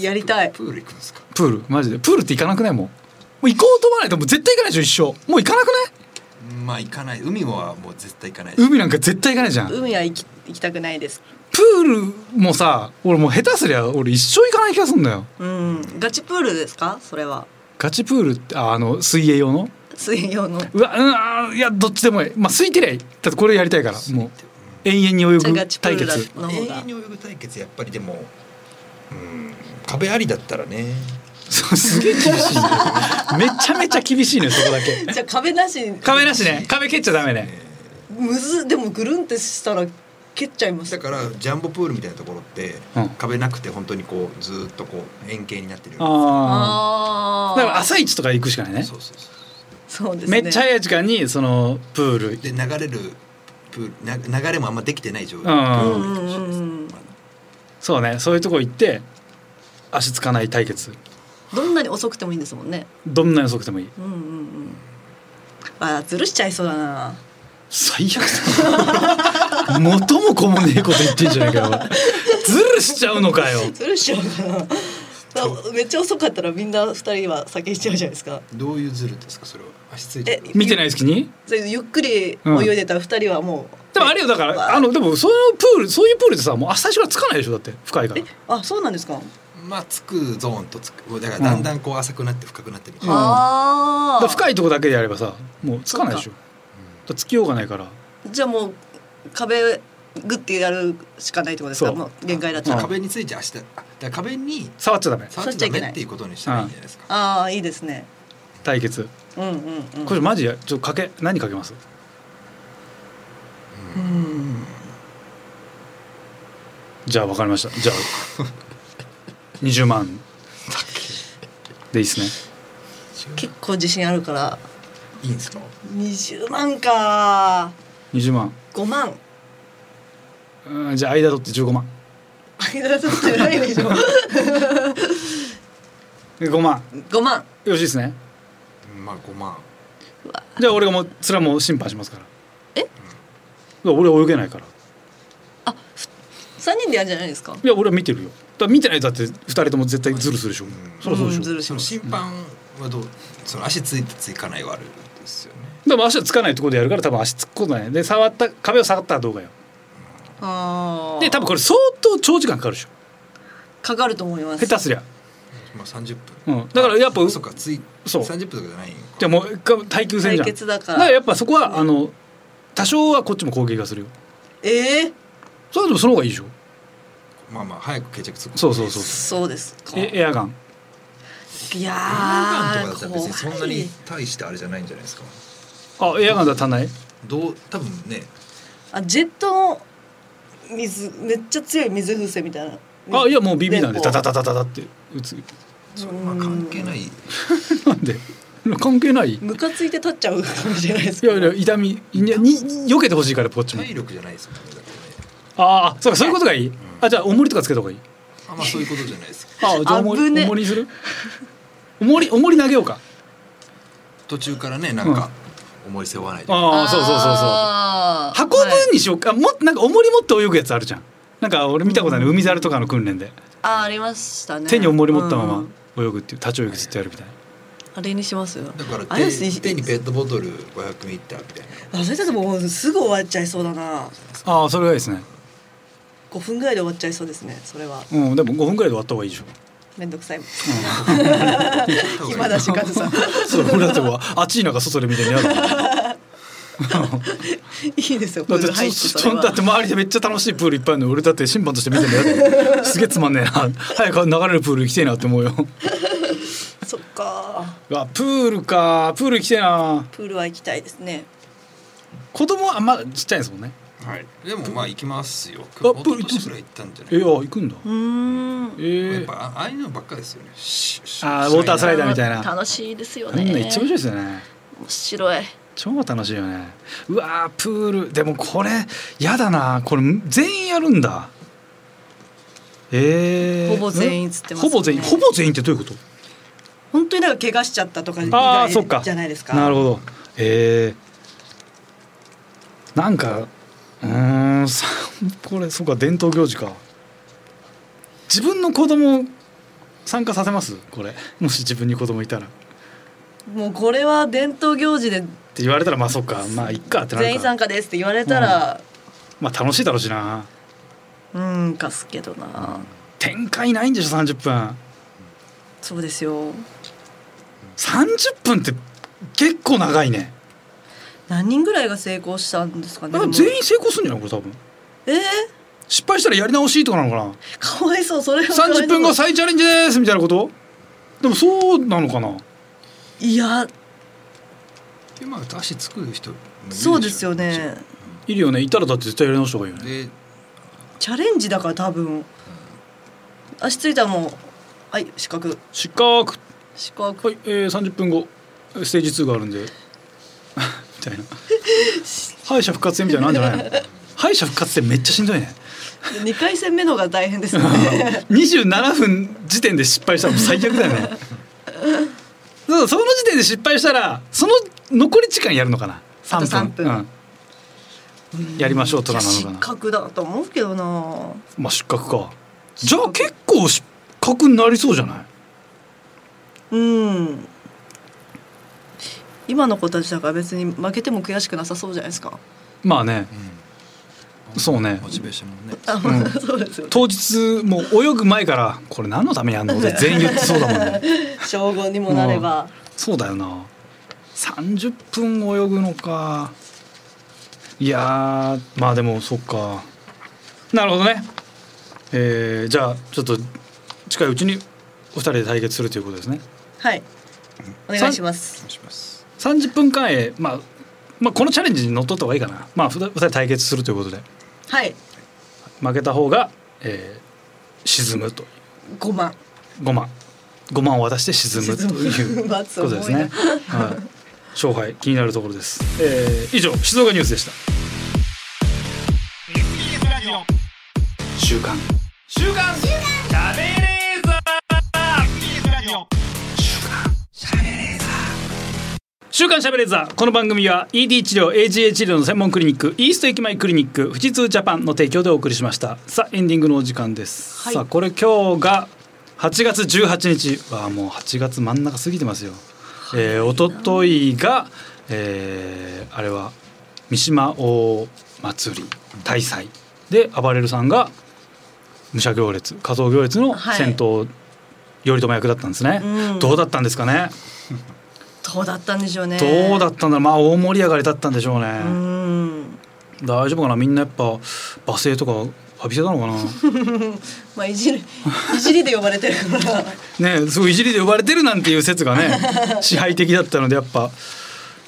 Speaker 4: う
Speaker 3: やりたい
Speaker 4: ププール行くんですか
Speaker 1: プールマジでプールって行かなくないもんもう行こうと思わないともう絶対行かないでしょ一生もう行かなく
Speaker 4: まあ行かない海はもう絶対行かない
Speaker 1: な
Speaker 4: で
Speaker 1: い
Speaker 4: す
Speaker 1: 海なんか絶対行かないじゃん
Speaker 3: 海は行き行きたくないです
Speaker 1: プールもさ俺もう下手すりゃ俺一生行かない気がするんだよ
Speaker 3: うんガチプールですかそれは
Speaker 1: ガチプールってああの水泳用の
Speaker 3: 水曜 の
Speaker 1: うわうんあーいやどっちでもいいまあ空いてりゃいいだってこれやりたいからもう永遠に泳ぐ
Speaker 3: じゃあガチプ
Speaker 1: 対
Speaker 3: ールだ
Speaker 1: 決
Speaker 3: の
Speaker 4: 永
Speaker 3: 方が
Speaker 4: 遠に泳ぐ対決やっぱりでもうん壁ありだったらね
Speaker 1: そうすげえ厳しいね めちゃめちゃ厳しいねそこだけ
Speaker 3: じゃあ壁なし
Speaker 1: 壁なしね壁蹴っちゃダメね
Speaker 3: むずでもぐるんってしたら蹴っちゃいます
Speaker 4: だからジャンボプールみたいなところって、
Speaker 1: うん
Speaker 4: 壁なくて本当にこうずーっとこう円形になってるような
Speaker 1: あ
Speaker 3: あ
Speaker 1: あ
Speaker 3: ー
Speaker 1: だから朝一とか行くしかないね
Speaker 4: そうそうそう
Speaker 3: そうです
Speaker 1: め
Speaker 3: ね
Speaker 1: っちゃ早い時間にそのプール
Speaker 4: で流れるプールな流れもあんまできてない状
Speaker 1: う、
Speaker 4: 態、
Speaker 3: うんんうんうんうん
Speaker 1: そうねそういうとこ行って足つかない対決
Speaker 3: どんなに遅くてもいいんですもんね
Speaker 1: どんなに遅くてもいい
Speaker 3: うんうんうんあーずるしちゃいそうだな
Speaker 1: 最悪だ 元も子もねえこと言ってんじゃねえかよズルしちゃうのかよ
Speaker 3: ずるしちゃうか なだからめっちゃ遅かったらみんな二人は先行っちゃうじゃないですか
Speaker 4: どういうズルですかそれは足つい
Speaker 3: え
Speaker 4: て
Speaker 1: 見てないですきに
Speaker 3: それゆっくり泳いでたら二人はもう
Speaker 1: でもあれよだからあのでもそのプールそういうプールってさもう最初からつかないでしょだって深いから
Speaker 3: えあそうなんですか
Speaker 4: まあつくゾーンとつくだからだんだんこう浅くなって深くなってみたいな、
Speaker 3: あ
Speaker 1: だから
Speaker 3: あ
Speaker 1: 深いとこだけでやればさもうつかないでしょ
Speaker 3: そ
Speaker 1: だからつきようがないから
Speaker 3: じゃあもう壁グッてやるしかないってことですか
Speaker 1: そう
Speaker 3: もう限界だっ
Speaker 4: じ
Speaker 3: た
Speaker 4: ゃあ
Speaker 3: ら、
Speaker 1: うん
Speaker 4: 壁について足だあだから壁に
Speaker 1: 触っちゃダメ
Speaker 4: 触っちゃダメっていうことにしたらいいんじゃないですか
Speaker 3: ああいいですね
Speaker 1: 対決
Speaker 3: うんうんうん
Speaker 1: これマジやちょっとかけ何かけます
Speaker 3: うん
Speaker 1: じゃあわかりましたじゃあ20万でいいですね
Speaker 3: 結構自信あるから
Speaker 4: いいんですか
Speaker 3: 20万か
Speaker 1: 20万
Speaker 3: 5万
Speaker 1: うんじゃあ間取って15万
Speaker 3: 間取ってないでしょ
Speaker 1: 5万よ
Speaker 3: 5万
Speaker 1: ろしいですね
Speaker 4: まあ5万
Speaker 1: じゃあ俺がもうそれはもう審判しますから
Speaker 3: え
Speaker 1: うんいや俺泳げないからい
Speaker 3: 3人でやるんじゃないですか
Speaker 1: や俺は見てるよだから見てないとだって2人とも絶対ズルするでしょ、そりゃそうでしょ、
Speaker 3: んずるし
Speaker 4: その
Speaker 3: ます
Speaker 4: 審判はどうその足ついてつかないはあるんですよね
Speaker 1: でも足はつかないところでやるから多分足つくことないで触った壁を触ったらどうかよ
Speaker 3: ああ
Speaker 1: で多分これ相当長時間かかるでしょ
Speaker 3: かかると思います
Speaker 1: 下手すりゃ、
Speaker 4: まあ30
Speaker 1: う
Speaker 4: 分
Speaker 1: ん、だからやっぱ
Speaker 4: そうかつい
Speaker 1: そう
Speaker 4: 30分とかじゃないのか
Speaker 1: じゃあもう一回耐久戦じゃん
Speaker 3: 対決だか
Speaker 1: だ
Speaker 3: ら
Speaker 1: からやっぱそこはあの多少はこっちも攻撃がするよ
Speaker 3: ええ
Speaker 1: それでもその方がいいでしょ
Speaker 4: まあまあ早く決着つく
Speaker 1: そうそうそう
Speaker 3: そうですか
Speaker 1: えエアガン
Speaker 3: いや
Speaker 4: エアガン
Speaker 3: ー
Speaker 4: とかだったら別にそんな
Speaker 3: 怖
Speaker 4: に
Speaker 3: い
Speaker 4: 大してあれじゃないんじゃないですか
Speaker 1: あエアガンだと足んない
Speaker 4: どう多分ね
Speaker 3: あジェットの水めっちゃ強い水風船みたいな
Speaker 1: あいやもう BB なんで
Speaker 3: こう
Speaker 1: ダダダダダダって打つ
Speaker 4: それは関係ない
Speaker 1: なんで関係ないい
Speaker 3: ムカついて立っちゃうかもしれないですけど
Speaker 1: やいや痛みいやに避けてほしいからこっちも
Speaker 4: 体力じゃないですよねだからね
Speaker 1: ああそうかそういうことがいいあじゃあ重りとかつけた方がいい
Speaker 4: あんまそういうことじゃないですか
Speaker 1: あじゃあ重り
Speaker 3: 危ね
Speaker 1: 重りにする重り重り投げようか
Speaker 4: 途中からねなんか思い背負わないで
Speaker 1: ああそうそうそうそう
Speaker 3: あー
Speaker 1: 運ぶ
Speaker 3: はい
Speaker 1: にしようか、もなんか重り持って泳ぐやつあるじゃんなんか俺見たことある、海猿とかの訓練で
Speaker 3: あーありましたね
Speaker 1: 手に重り持ったまま
Speaker 3: うんうん
Speaker 1: 泳ぐっていう立ち泳ぎずっとやるみたいな
Speaker 3: あれにしますよ
Speaker 4: だから
Speaker 3: あれです
Speaker 4: 手手にペットボトル500ミリみたい
Speaker 3: あそれだともうすぐ終わっちゃいそうだな
Speaker 1: ああそれがいいですね
Speaker 3: 5分ぐらいで終わっちゃいそうですねそれは
Speaker 1: うんでも5分ぐらいで終わった方がいいでしょ
Speaker 3: めんどくさいもん
Speaker 4: な
Speaker 3: 暇だしカズさん
Speaker 1: そう俺だってもう暑い中外で見てるの嫌だもん
Speaker 3: いいですよプ
Speaker 1: だっ
Speaker 3: ー
Speaker 1: て
Speaker 3: ル入って
Speaker 1: ちょ
Speaker 3: それは
Speaker 1: だって周りでめっちゃ楽しいプールいっぱいあるのに俺だって審判として見てるの嫌だすげえつまん ねえな早く流れるプール行きてえなって思うよ
Speaker 3: そっか
Speaker 1: うわプールかプール行きてえな
Speaker 3: プールは行きたいですね
Speaker 1: 子供はまだちっちゃいですもんね
Speaker 4: はいでもまあ行きますよ
Speaker 1: プー
Speaker 4: 一
Speaker 1: ル
Speaker 4: 昨年ぐらい行ったんじゃな
Speaker 1: え
Speaker 4: い
Speaker 1: あ行くんだ
Speaker 3: うーん
Speaker 1: え
Speaker 4: やっ
Speaker 1: ー、
Speaker 4: ぱあああいうのばっかですよねシュッシュッ
Speaker 1: あーウォータースライダーみたいな
Speaker 3: 楽しいですよ
Speaker 1: あん
Speaker 3: ね
Speaker 1: な一番面白いですよね
Speaker 3: 面白い
Speaker 1: 超楽しいよねうわープールでもこれやだなこれ全員やるんだえー、
Speaker 3: ほぼ全員つってま
Speaker 1: ほ
Speaker 3: すね
Speaker 1: ぼ全員ほぼ全員ってどういうこと
Speaker 3: 本当になんか怪我しちゃったとか
Speaker 1: あ
Speaker 3: 以外
Speaker 1: あそっか
Speaker 3: じゃないですか
Speaker 1: なるほどえー、なんかうーんさこれそうか伝統行事か自分の子供参加させますこれもし自分に子供いたらっ
Speaker 3: もうこれは伝統行事で
Speaker 1: て言われたらまあそっかまあいっかってな
Speaker 3: 全
Speaker 1: る
Speaker 3: 員参
Speaker 1: か
Speaker 3: 加ですって言われたら
Speaker 1: まあ楽しいだろうしな
Speaker 3: うんんかすけどな
Speaker 1: 展開ないんでしょ30分
Speaker 3: そうですよ
Speaker 1: 30分って結構長いね
Speaker 3: 何人ぐらいが成功したんですかね
Speaker 1: だから
Speaker 3: でも
Speaker 1: 全員成功するんじゃないこれ多分
Speaker 3: えー、
Speaker 1: 失敗したらやり直しとかなのかな
Speaker 3: かわいそうそれ はかわいそう
Speaker 1: 30分後再チャレンジですみたいなことでもそうなのかない
Speaker 3: や
Speaker 4: 今足つく人もいるしょ
Speaker 3: そうですよね
Speaker 1: いるよねいたらだって絶対やり直した方がいいよね
Speaker 4: で
Speaker 3: チャレンジだから多分足ついたらもうはい四角
Speaker 1: 四角く
Speaker 3: 四角
Speaker 1: はい、えー、30分後ステージ2があるんでみたいな敗者復活戦みたいなのあるんじゃないの敗者復活戦めっちゃしんどいね
Speaker 3: 二回戦目のが大変で すよね
Speaker 1: 27分時点で失敗したらもう最悪だよねそうその時点で失敗したらその残り時間やるのかな3分
Speaker 3: 3分
Speaker 1: うん、やりましょうとかなのか
Speaker 3: 失
Speaker 1: な
Speaker 3: 格だと思うけどな
Speaker 1: まあ失格かじゃあ結構失格になりそうじゃない
Speaker 3: うん今の子たちだから別に負けても悔しくなさそうじゃないですか
Speaker 1: まあね
Speaker 4: うん
Speaker 1: そうね
Speaker 4: モチベーションもね
Speaker 3: あ、
Speaker 1: うん
Speaker 3: そうですよね
Speaker 1: 当日もう泳ぐ前からこれ何のためにやん のって全員言ってそうだもんね
Speaker 3: 称号にもなれば
Speaker 1: そうだよな30分泳ぐのかいやーまあでもそっかなるほどねえー、じゃあちょっと近いうちにお二人で対決するということですね
Speaker 3: はいお願いします
Speaker 4: お願いします
Speaker 1: 30分間へ、まあ、まあこのチャレンジに乗っ取った方がいいかなまあふた二人対決するということで
Speaker 3: はい
Speaker 1: 負けた方が、えー沈むと
Speaker 3: 五万
Speaker 1: 5万5万を渡して沈むという
Speaker 3: 罰
Speaker 1: こと ですね、はい、勝敗気になるところです、えー、以上静岡ニュースでした
Speaker 2: 週刊週刊しゃべれーザー
Speaker 1: 週刊しゃべれーザーこの番組は ED 治療 AGA 治療の専門クリニックイースト駅前クリニック富士通ジャパンの提供でお送りしましたさあエンディングのお時間です、
Speaker 3: はい
Speaker 1: さあこれ今日が8月18日はもう8月真ん中過ぎてますよ、えー、一昨日が、えー、あれは三島大祭り大祭で暴れるさんが武者行列仮想行列の先頭、頼朝役だったんですね、
Speaker 3: うん
Speaker 1: どうだったんですかね
Speaker 3: どうだったんでしょうね
Speaker 1: どうだったんだろうまあ大盛り上がりだったんでしょうね、
Speaker 3: うん
Speaker 1: 大丈夫かなみんなやっぱ罵声とか浴びせたのかな
Speaker 3: まあいじるいじりで呼ばれてる から
Speaker 1: ねえすごいいじりで呼ばれてるなんていう説が ね支配的だったのでやっぱ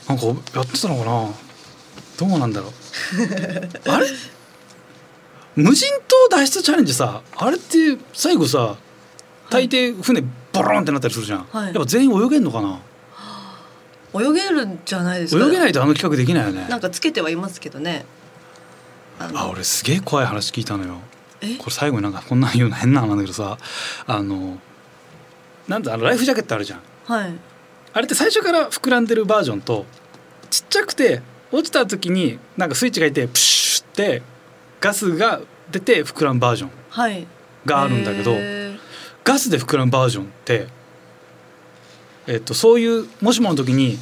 Speaker 1: なんかやってたのかなどうなんだろう あれ無人島脱出チャレンジさあれって最後さ大抵船ボロンってなったりするじゃん、
Speaker 3: はい
Speaker 1: やっぱ全員泳げんのかな
Speaker 3: 泳げるんじゃないですか
Speaker 1: 泳げないいとあの企画できないよね
Speaker 3: なんかつけてはいますけどねあの
Speaker 1: あ俺すげえ怖い話聞いたのよ
Speaker 3: え
Speaker 1: これ最後になんかこんなん言うの変なのなんだけどさあのなんだあのライフジャケットあるじゃん
Speaker 3: はい
Speaker 1: あれって最初から膨らんでるバージョンとちっちゃくて落ちた時になんかスイッチがいてプシュってガスが出て膨らむバージョン
Speaker 3: はい
Speaker 1: があるんだけど
Speaker 3: へー
Speaker 1: ガスで膨らむバージョンって、えっと、そういうもしもの時に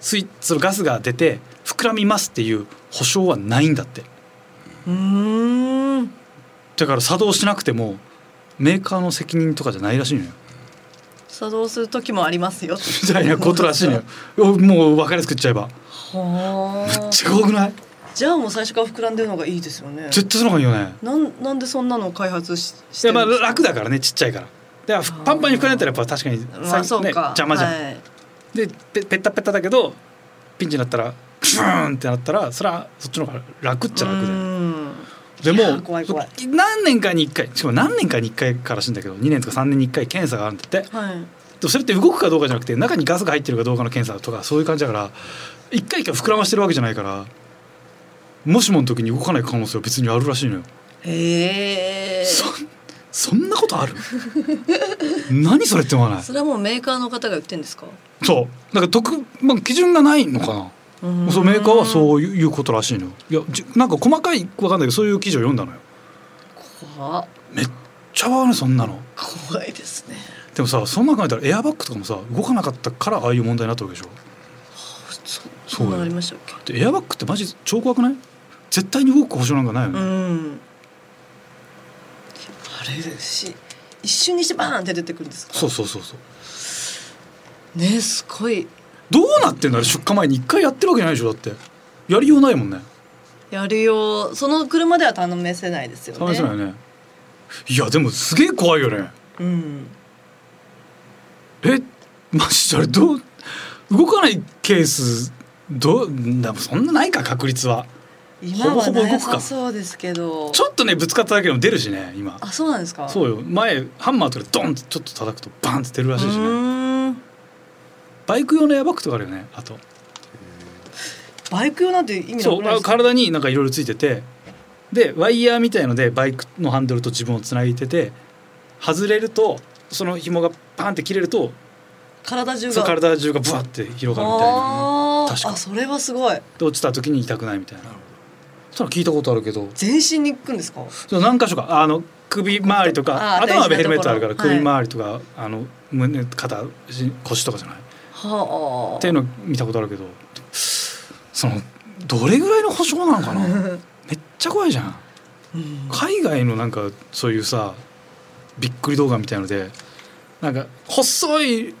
Speaker 1: スイそのガスが出て膨らみますっていう保証はないんだって。
Speaker 3: うーん
Speaker 1: だから作動しなくてもメーカーの責任とかじゃないらしいのよ
Speaker 3: 作動する時もあ りますよ
Speaker 1: みたいなことらしいのよおもう分かりやすく言っちゃえば
Speaker 3: はあ
Speaker 1: 違うくない
Speaker 3: じゃあもう最初から膨らんでるのがいいですよね
Speaker 1: 絶対その方がいいよね
Speaker 3: なんなんでそんなのを開発しし
Speaker 1: い
Speaker 3: て
Speaker 1: や
Speaker 3: る
Speaker 1: まあ
Speaker 3: んですか
Speaker 1: 楽だからねちっちゃいからだからパンパンに膨らんでたらやっぱ確かに
Speaker 3: まあそうか、
Speaker 1: ね、邪魔じゃん、
Speaker 3: はい
Speaker 1: でペペッタペタだけどピンチになったらプーンってなったらそれはそっちの方が楽っちゃ楽だよで
Speaker 3: いや
Speaker 1: も
Speaker 3: ー怖い怖い
Speaker 1: 何年かに1回しかも何年かに1回からしいんだけど2年とか3年に1回検査があるんだって
Speaker 3: うんはい
Speaker 1: でもそれって動くかどうかじゃなくて中にガスが入ってるかどうかの検査とかそういう感じだから一回一回膨らましてるわけじゃないからもしもの時に動かない可能性は別にあるらしいのよ
Speaker 3: へえ
Speaker 1: そそんなことある 何それって思わない
Speaker 3: それはもうメーカーの方が言ってんですか
Speaker 1: そうなんか特、まあ、基準がないのかなそうメーカーはそういういうことらしいのよいやじなんか細かいわかんないけどそういう記事を読んだのよ
Speaker 3: 怖っ
Speaker 1: めっちゃわかんないそんなの
Speaker 3: 怖いですね
Speaker 1: でもさそんな考えたらエアバッグとかもさ動かなかったからああいう問題になったわけでしょ
Speaker 3: そ
Speaker 1: そ
Speaker 3: そう
Speaker 1: よ
Speaker 3: んなのありましたっけ
Speaker 1: でエアバッグってマジ超怖くない絶対に動く保証なんかないよ
Speaker 3: う
Speaker 1: ね、
Speaker 3: んあれし一瞬にしてバーンって出てくるんですか
Speaker 1: そうそうそうそう
Speaker 3: ねすごい
Speaker 1: どうなってんだろう出荷前に一回やってるわけないでしょだってやりようないもんね
Speaker 3: やるようその車では頼めせないですよね
Speaker 1: 試せないよねいやでもすげえ怖いよね
Speaker 3: うん
Speaker 1: えマジであれどう動かないケースどうでもそんなないか確率は
Speaker 3: 今
Speaker 1: ほ
Speaker 3: は
Speaker 1: ぼほぼ動
Speaker 3: な
Speaker 1: くか
Speaker 3: さそうですけど
Speaker 1: ちょっとねぶつかっただけでも出るしね今
Speaker 3: あそうなんですか
Speaker 1: そうよ前ハンマーとかでドンってちょっと叩くとバンって出るら
Speaker 3: う
Speaker 1: しいしね
Speaker 3: ーん
Speaker 1: バイク用のエアバッグとかあるよねあと
Speaker 3: バイク用なんて意味なく
Speaker 1: そうあ
Speaker 3: ないですか
Speaker 1: 体になんかいろいろついててでワイヤーみたいのでバイクのハンドルと自分をつなげてて外れるとその紐がパンって切れると
Speaker 3: 体中
Speaker 1: そ
Speaker 3: が
Speaker 1: う体中がブワって広がるみたいな
Speaker 3: あー
Speaker 1: 確か
Speaker 3: あそれはすごい
Speaker 1: で落ちた時に痛くないみたいな
Speaker 4: なるほ
Speaker 1: それは聞いたことあるけど
Speaker 3: 全身に行くんですか
Speaker 1: そう何箇所かあの首周りとか
Speaker 3: あー
Speaker 1: 頭は
Speaker 3: 大事なところ
Speaker 1: ヘルメットあるから
Speaker 3: は
Speaker 1: 首
Speaker 3: い
Speaker 1: 周りとか、あの胸肩し腰とかじゃない
Speaker 3: はあ
Speaker 1: っていうの見たことあるけどそのどれぐらいの保証なのかなめっちゃ怖いじゃん
Speaker 3: うん
Speaker 1: 海外のなんかそういうさびっくり動画みたいのでなんか細い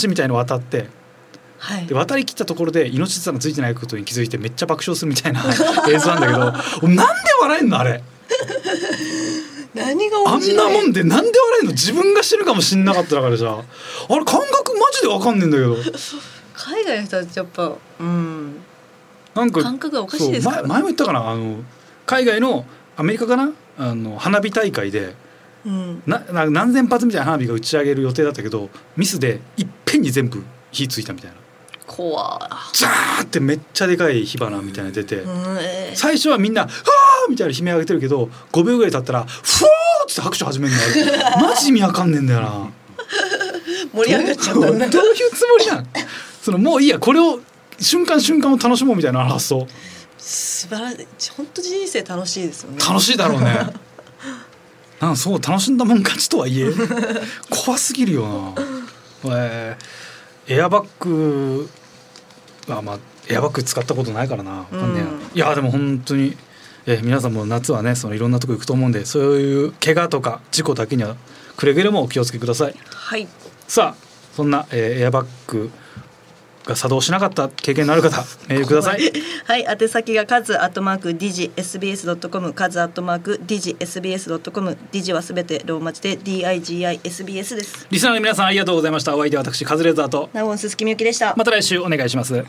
Speaker 1: 橋みたいの渡って
Speaker 3: はい
Speaker 1: で渡りきったところでイノシシさんがついてないことに気づいてめっちゃ爆笑するみたいな 映像なんだけどなんで笑えんのあれ
Speaker 3: 何が
Speaker 1: あ
Speaker 3: 面
Speaker 1: ん
Speaker 3: 白
Speaker 1: ないもんでなんで笑えんの自分が死ぬかもしんなかっただからさあれ感覚マジでわかんねえんだけど
Speaker 3: 海外の人たちやっぱうん
Speaker 1: なんか
Speaker 3: 感覚がおかしいですから
Speaker 1: そう前前も言ったかなあの海外のアメリカかなあの花火大会で
Speaker 3: うん
Speaker 1: なな何千発みたいな花火が打ち上げる予定だったけどミスでいっぺんに全部火ついたみたいな
Speaker 3: 怖
Speaker 1: ザーってめっちゃでかい火花みたいなの出て、
Speaker 3: うんえー
Speaker 1: 最初はみんな「はあ!」みたいな悲鳴上げてるけど5秒ぐらい経ったら「ふおー!」っつって拍手始め るのよあれマジ意味わかんねえんだよな。
Speaker 3: 盛り上がっちゃったんだ
Speaker 1: どういうつもりなんそのもういいやこれを瞬間瞬間を楽しもうみたいな発想
Speaker 3: 素晴らしい本当人生楽しいですよね
Speaker 1: 楽しいだろうね なんそう楽しんだもん勝ちとはいえ怖すぎるよな、えーエアバッグはまあエアバッグ使ったことないからなわかんねえな
Speaker 3: うん
Speaker 1: いやでも本当にえー皆さんも夏はねそのいろんなとこ行くと思うんでそういう怪我とか事故だけにはくれぐれもお気をつけください
Speaker 3: はい
Speaker 1: さあそんな、えーエアバッグが作動しなかった経験のある方メールください
Speaker 3: はい、宛先がカズアットマークディジ SBS ドットコム、カズアットマークディジ SBS ドットコム、ディジはすべてローマ字で D I G I S B S です。
Speaker 1: リスナーの皆さんありがとうございましたお相手は私カズレーザーと
Speaker 3: ナウンススキミユキでした。
Speaker 1: また来週お願いします